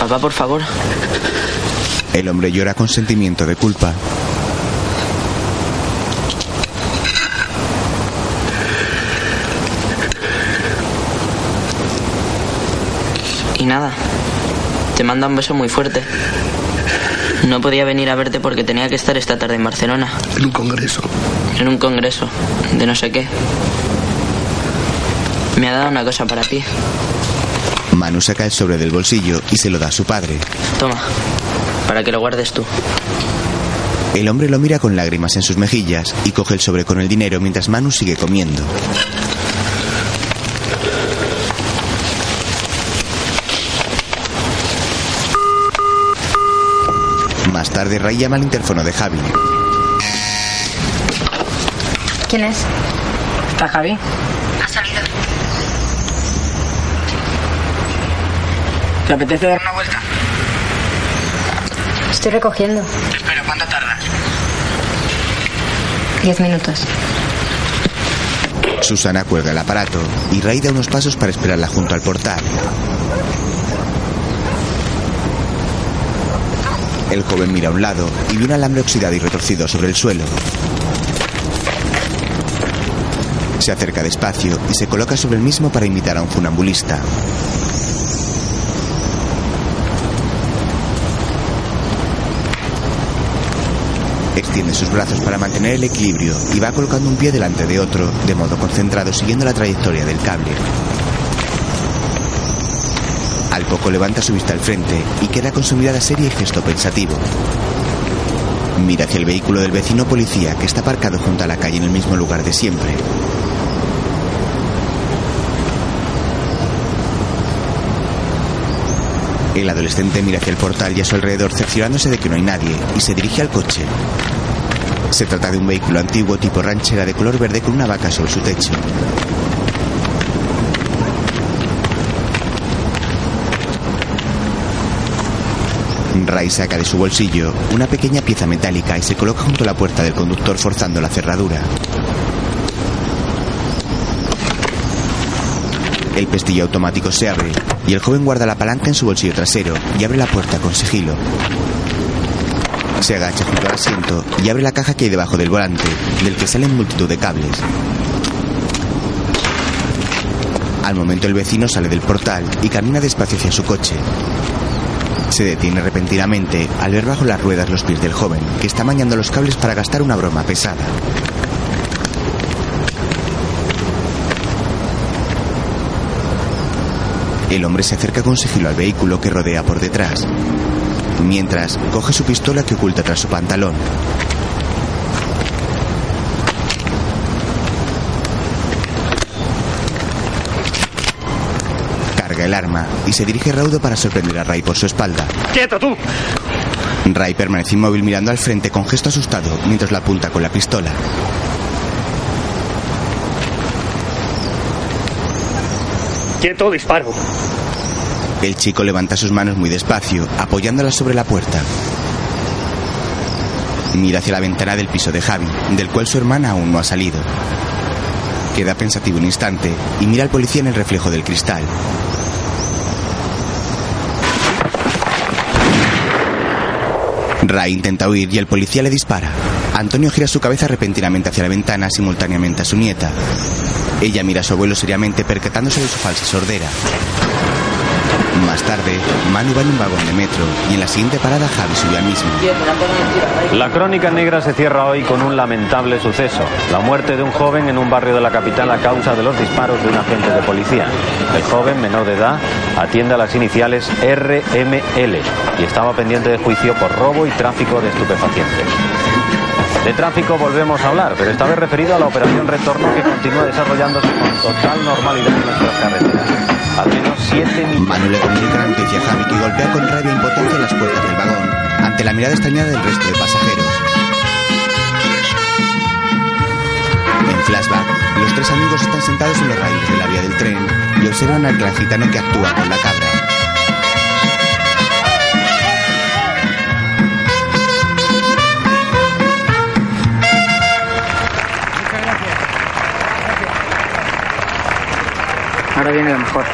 Speaker 3: Papá, por favor.
Speaker 1: El hombre llora con sentimiento de culpa.
Speaker 3: Y nada. Te manda un beso muy fuerte. No podía venir a verte porque tenía que estar esta tarde en Barcelona.
Speaker 28: En un congreso.
Speaker 3: En un congreso. De no sé qué. Me ha dado una cosa para ti.
Speaker 1: Manu saca el sobre del bolsillo y se lo da a su padre.
Speaker 3: Toma. Para que lo guardes tú.
Speaker 1: El hombre lo mira con lágrimas en sus mejillas y coge el sobre con el dinero mientras Manu sigue comiendo. Más tarde, Ray llama al interfono de Javi.
Speaker 24: ¿Quién es?
Speaker 5: ¿Está Javi?
Speaker 24: Ha salido.
Speaker 5: ¿Te apetece dar una vuelta?
Speaker 24: Estoy recogiendo.
Speaker 5: Espera, ¿cuánto tardas?
Speaker 24: Diez minutos.
Speaker 1: Susana cuelga el aparato y Ray da unos pasos para esperarla junto al portal. El joven mira a un lado y ve un alambre oxidado y retorcido sobre el suelo. Se acerca despacio y se coloca sobre el mismo para imitar a un funambulista. Extiende sus brazos para mantener el equilibrio y va colocando un pie delante de otro, de modo concentrado, siguiendo la trayectoria del cable. Al poco levanta su vista al frente y queda con su mirada seria y gesto pensativo. Mira hacia el vehículo del vecino policía que está aparcado junto a la calle en el mismo lugar de siempre. El adolescente mira hacia el portal y a su alrededor cerciorándose de que no hay nadie y se dirige al coche. Se trata de un vehículo antiguo tipo ranchera de color verde con una vaca sobre su techo. Ray saca de su bolsillo una pequeña pieza metálica y se coloca junto a la puerta del conductor forzando la cerradura. El pestillo automático se abre y el joven guarda la palanca en su bolsillo trasero y abre la puerta con sigilo. Se agacha junto al asiento y abre la caja que hay debajo del volante, del que salen multitud de cables. Al momento el vecino sale del portal y camina despacio hacia su coche. Se detiene repentinamente al ver bajo las ruedas los pies del joven, que está mañando los cables para gastar una broma pesada. El hombre se acerca con sigilo al vehículo que rodea por detrás. Mientras, coge su pistola que oculta tras su pantalón. Carga el arma y se dirige raudo para sorprender a Ray por su espalda.
Speaker 27: ¡Quieto tú!
Speaker 1: Ray permanece inmóvil mirando al frente con gesto asustado mientras la apunta con la pistola.
Speaker 27: Quieto, disparo.
Speaker 1: El chico levanta sus manos muy despacio, apoyándolas sobre la puerta. Mira hacia la ventana del piso de Javi, del cual su hermana aún no ha salido. Queda pensativo un instante y mira al policía en el reflejo del cristal. Ray intenta huir y el policía le dispara. Antonio gira su cabeza repentinamente hacia la ventana simultáneamente a su nieta. Ella mira a su abuelo seriamente percatándose de su falsa sordera. Más tarde, Manu va en un vagón de metro y en la siguiente parada Javi sube al mismo.
Speaker 4: La crónica negra se cierra hoy con un lamentable suceso, la muerte de un joven en un barrio de la capital a causa de los disparos de un agente de policía. El joven, menor de edad, atiende a las iniciales RML y estaba pendiente de juicio por robo y tráfico de estupefacientes. De tráfico volvemos a hablar, pero esta vez referido a la operación Retorno que continúa desarrollándose con total normalidad en nuestras carreteras. Al menos siete mil...
Speaker 1: Manu le comunica la noticia a Javi que golpea con rabia e impotencia las puertas del vagón, ante la mirada extrañada del resto de pasajeros. En flashback, los tres amigos están sentados en los raíles de la vía del tren y observan al granjitano que actúa con la cabra.
Speaker 2: Ahora viene lo mejor.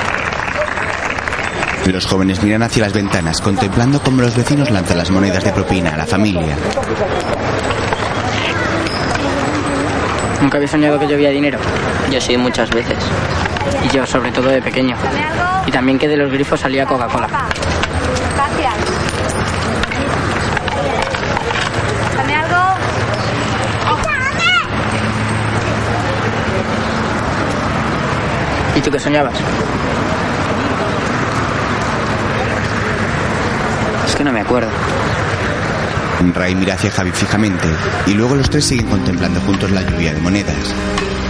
Speaker 1: Los jóvenes miran hacia las ventanas, contemplando cómo los vecinos lanzan las monedas de propina a la familia.
Speaker 2: Nunca había soñado que llovía dinero.
Speaker 3: Yo sí, muchas veces.
Speaker 2: Y yo, sobre todo de pequeño. Y también que de los grifos salía Coca-Cola.
Speaker 9: Gracias. Dame algo.
Speaker 2: ¿Y tú qué soñabas? Es que no me acuerdo.
Speaker 1: Ray mira hacia Javi fijamente y luego los tres siguen contemplando juntos la lluvia de monedas.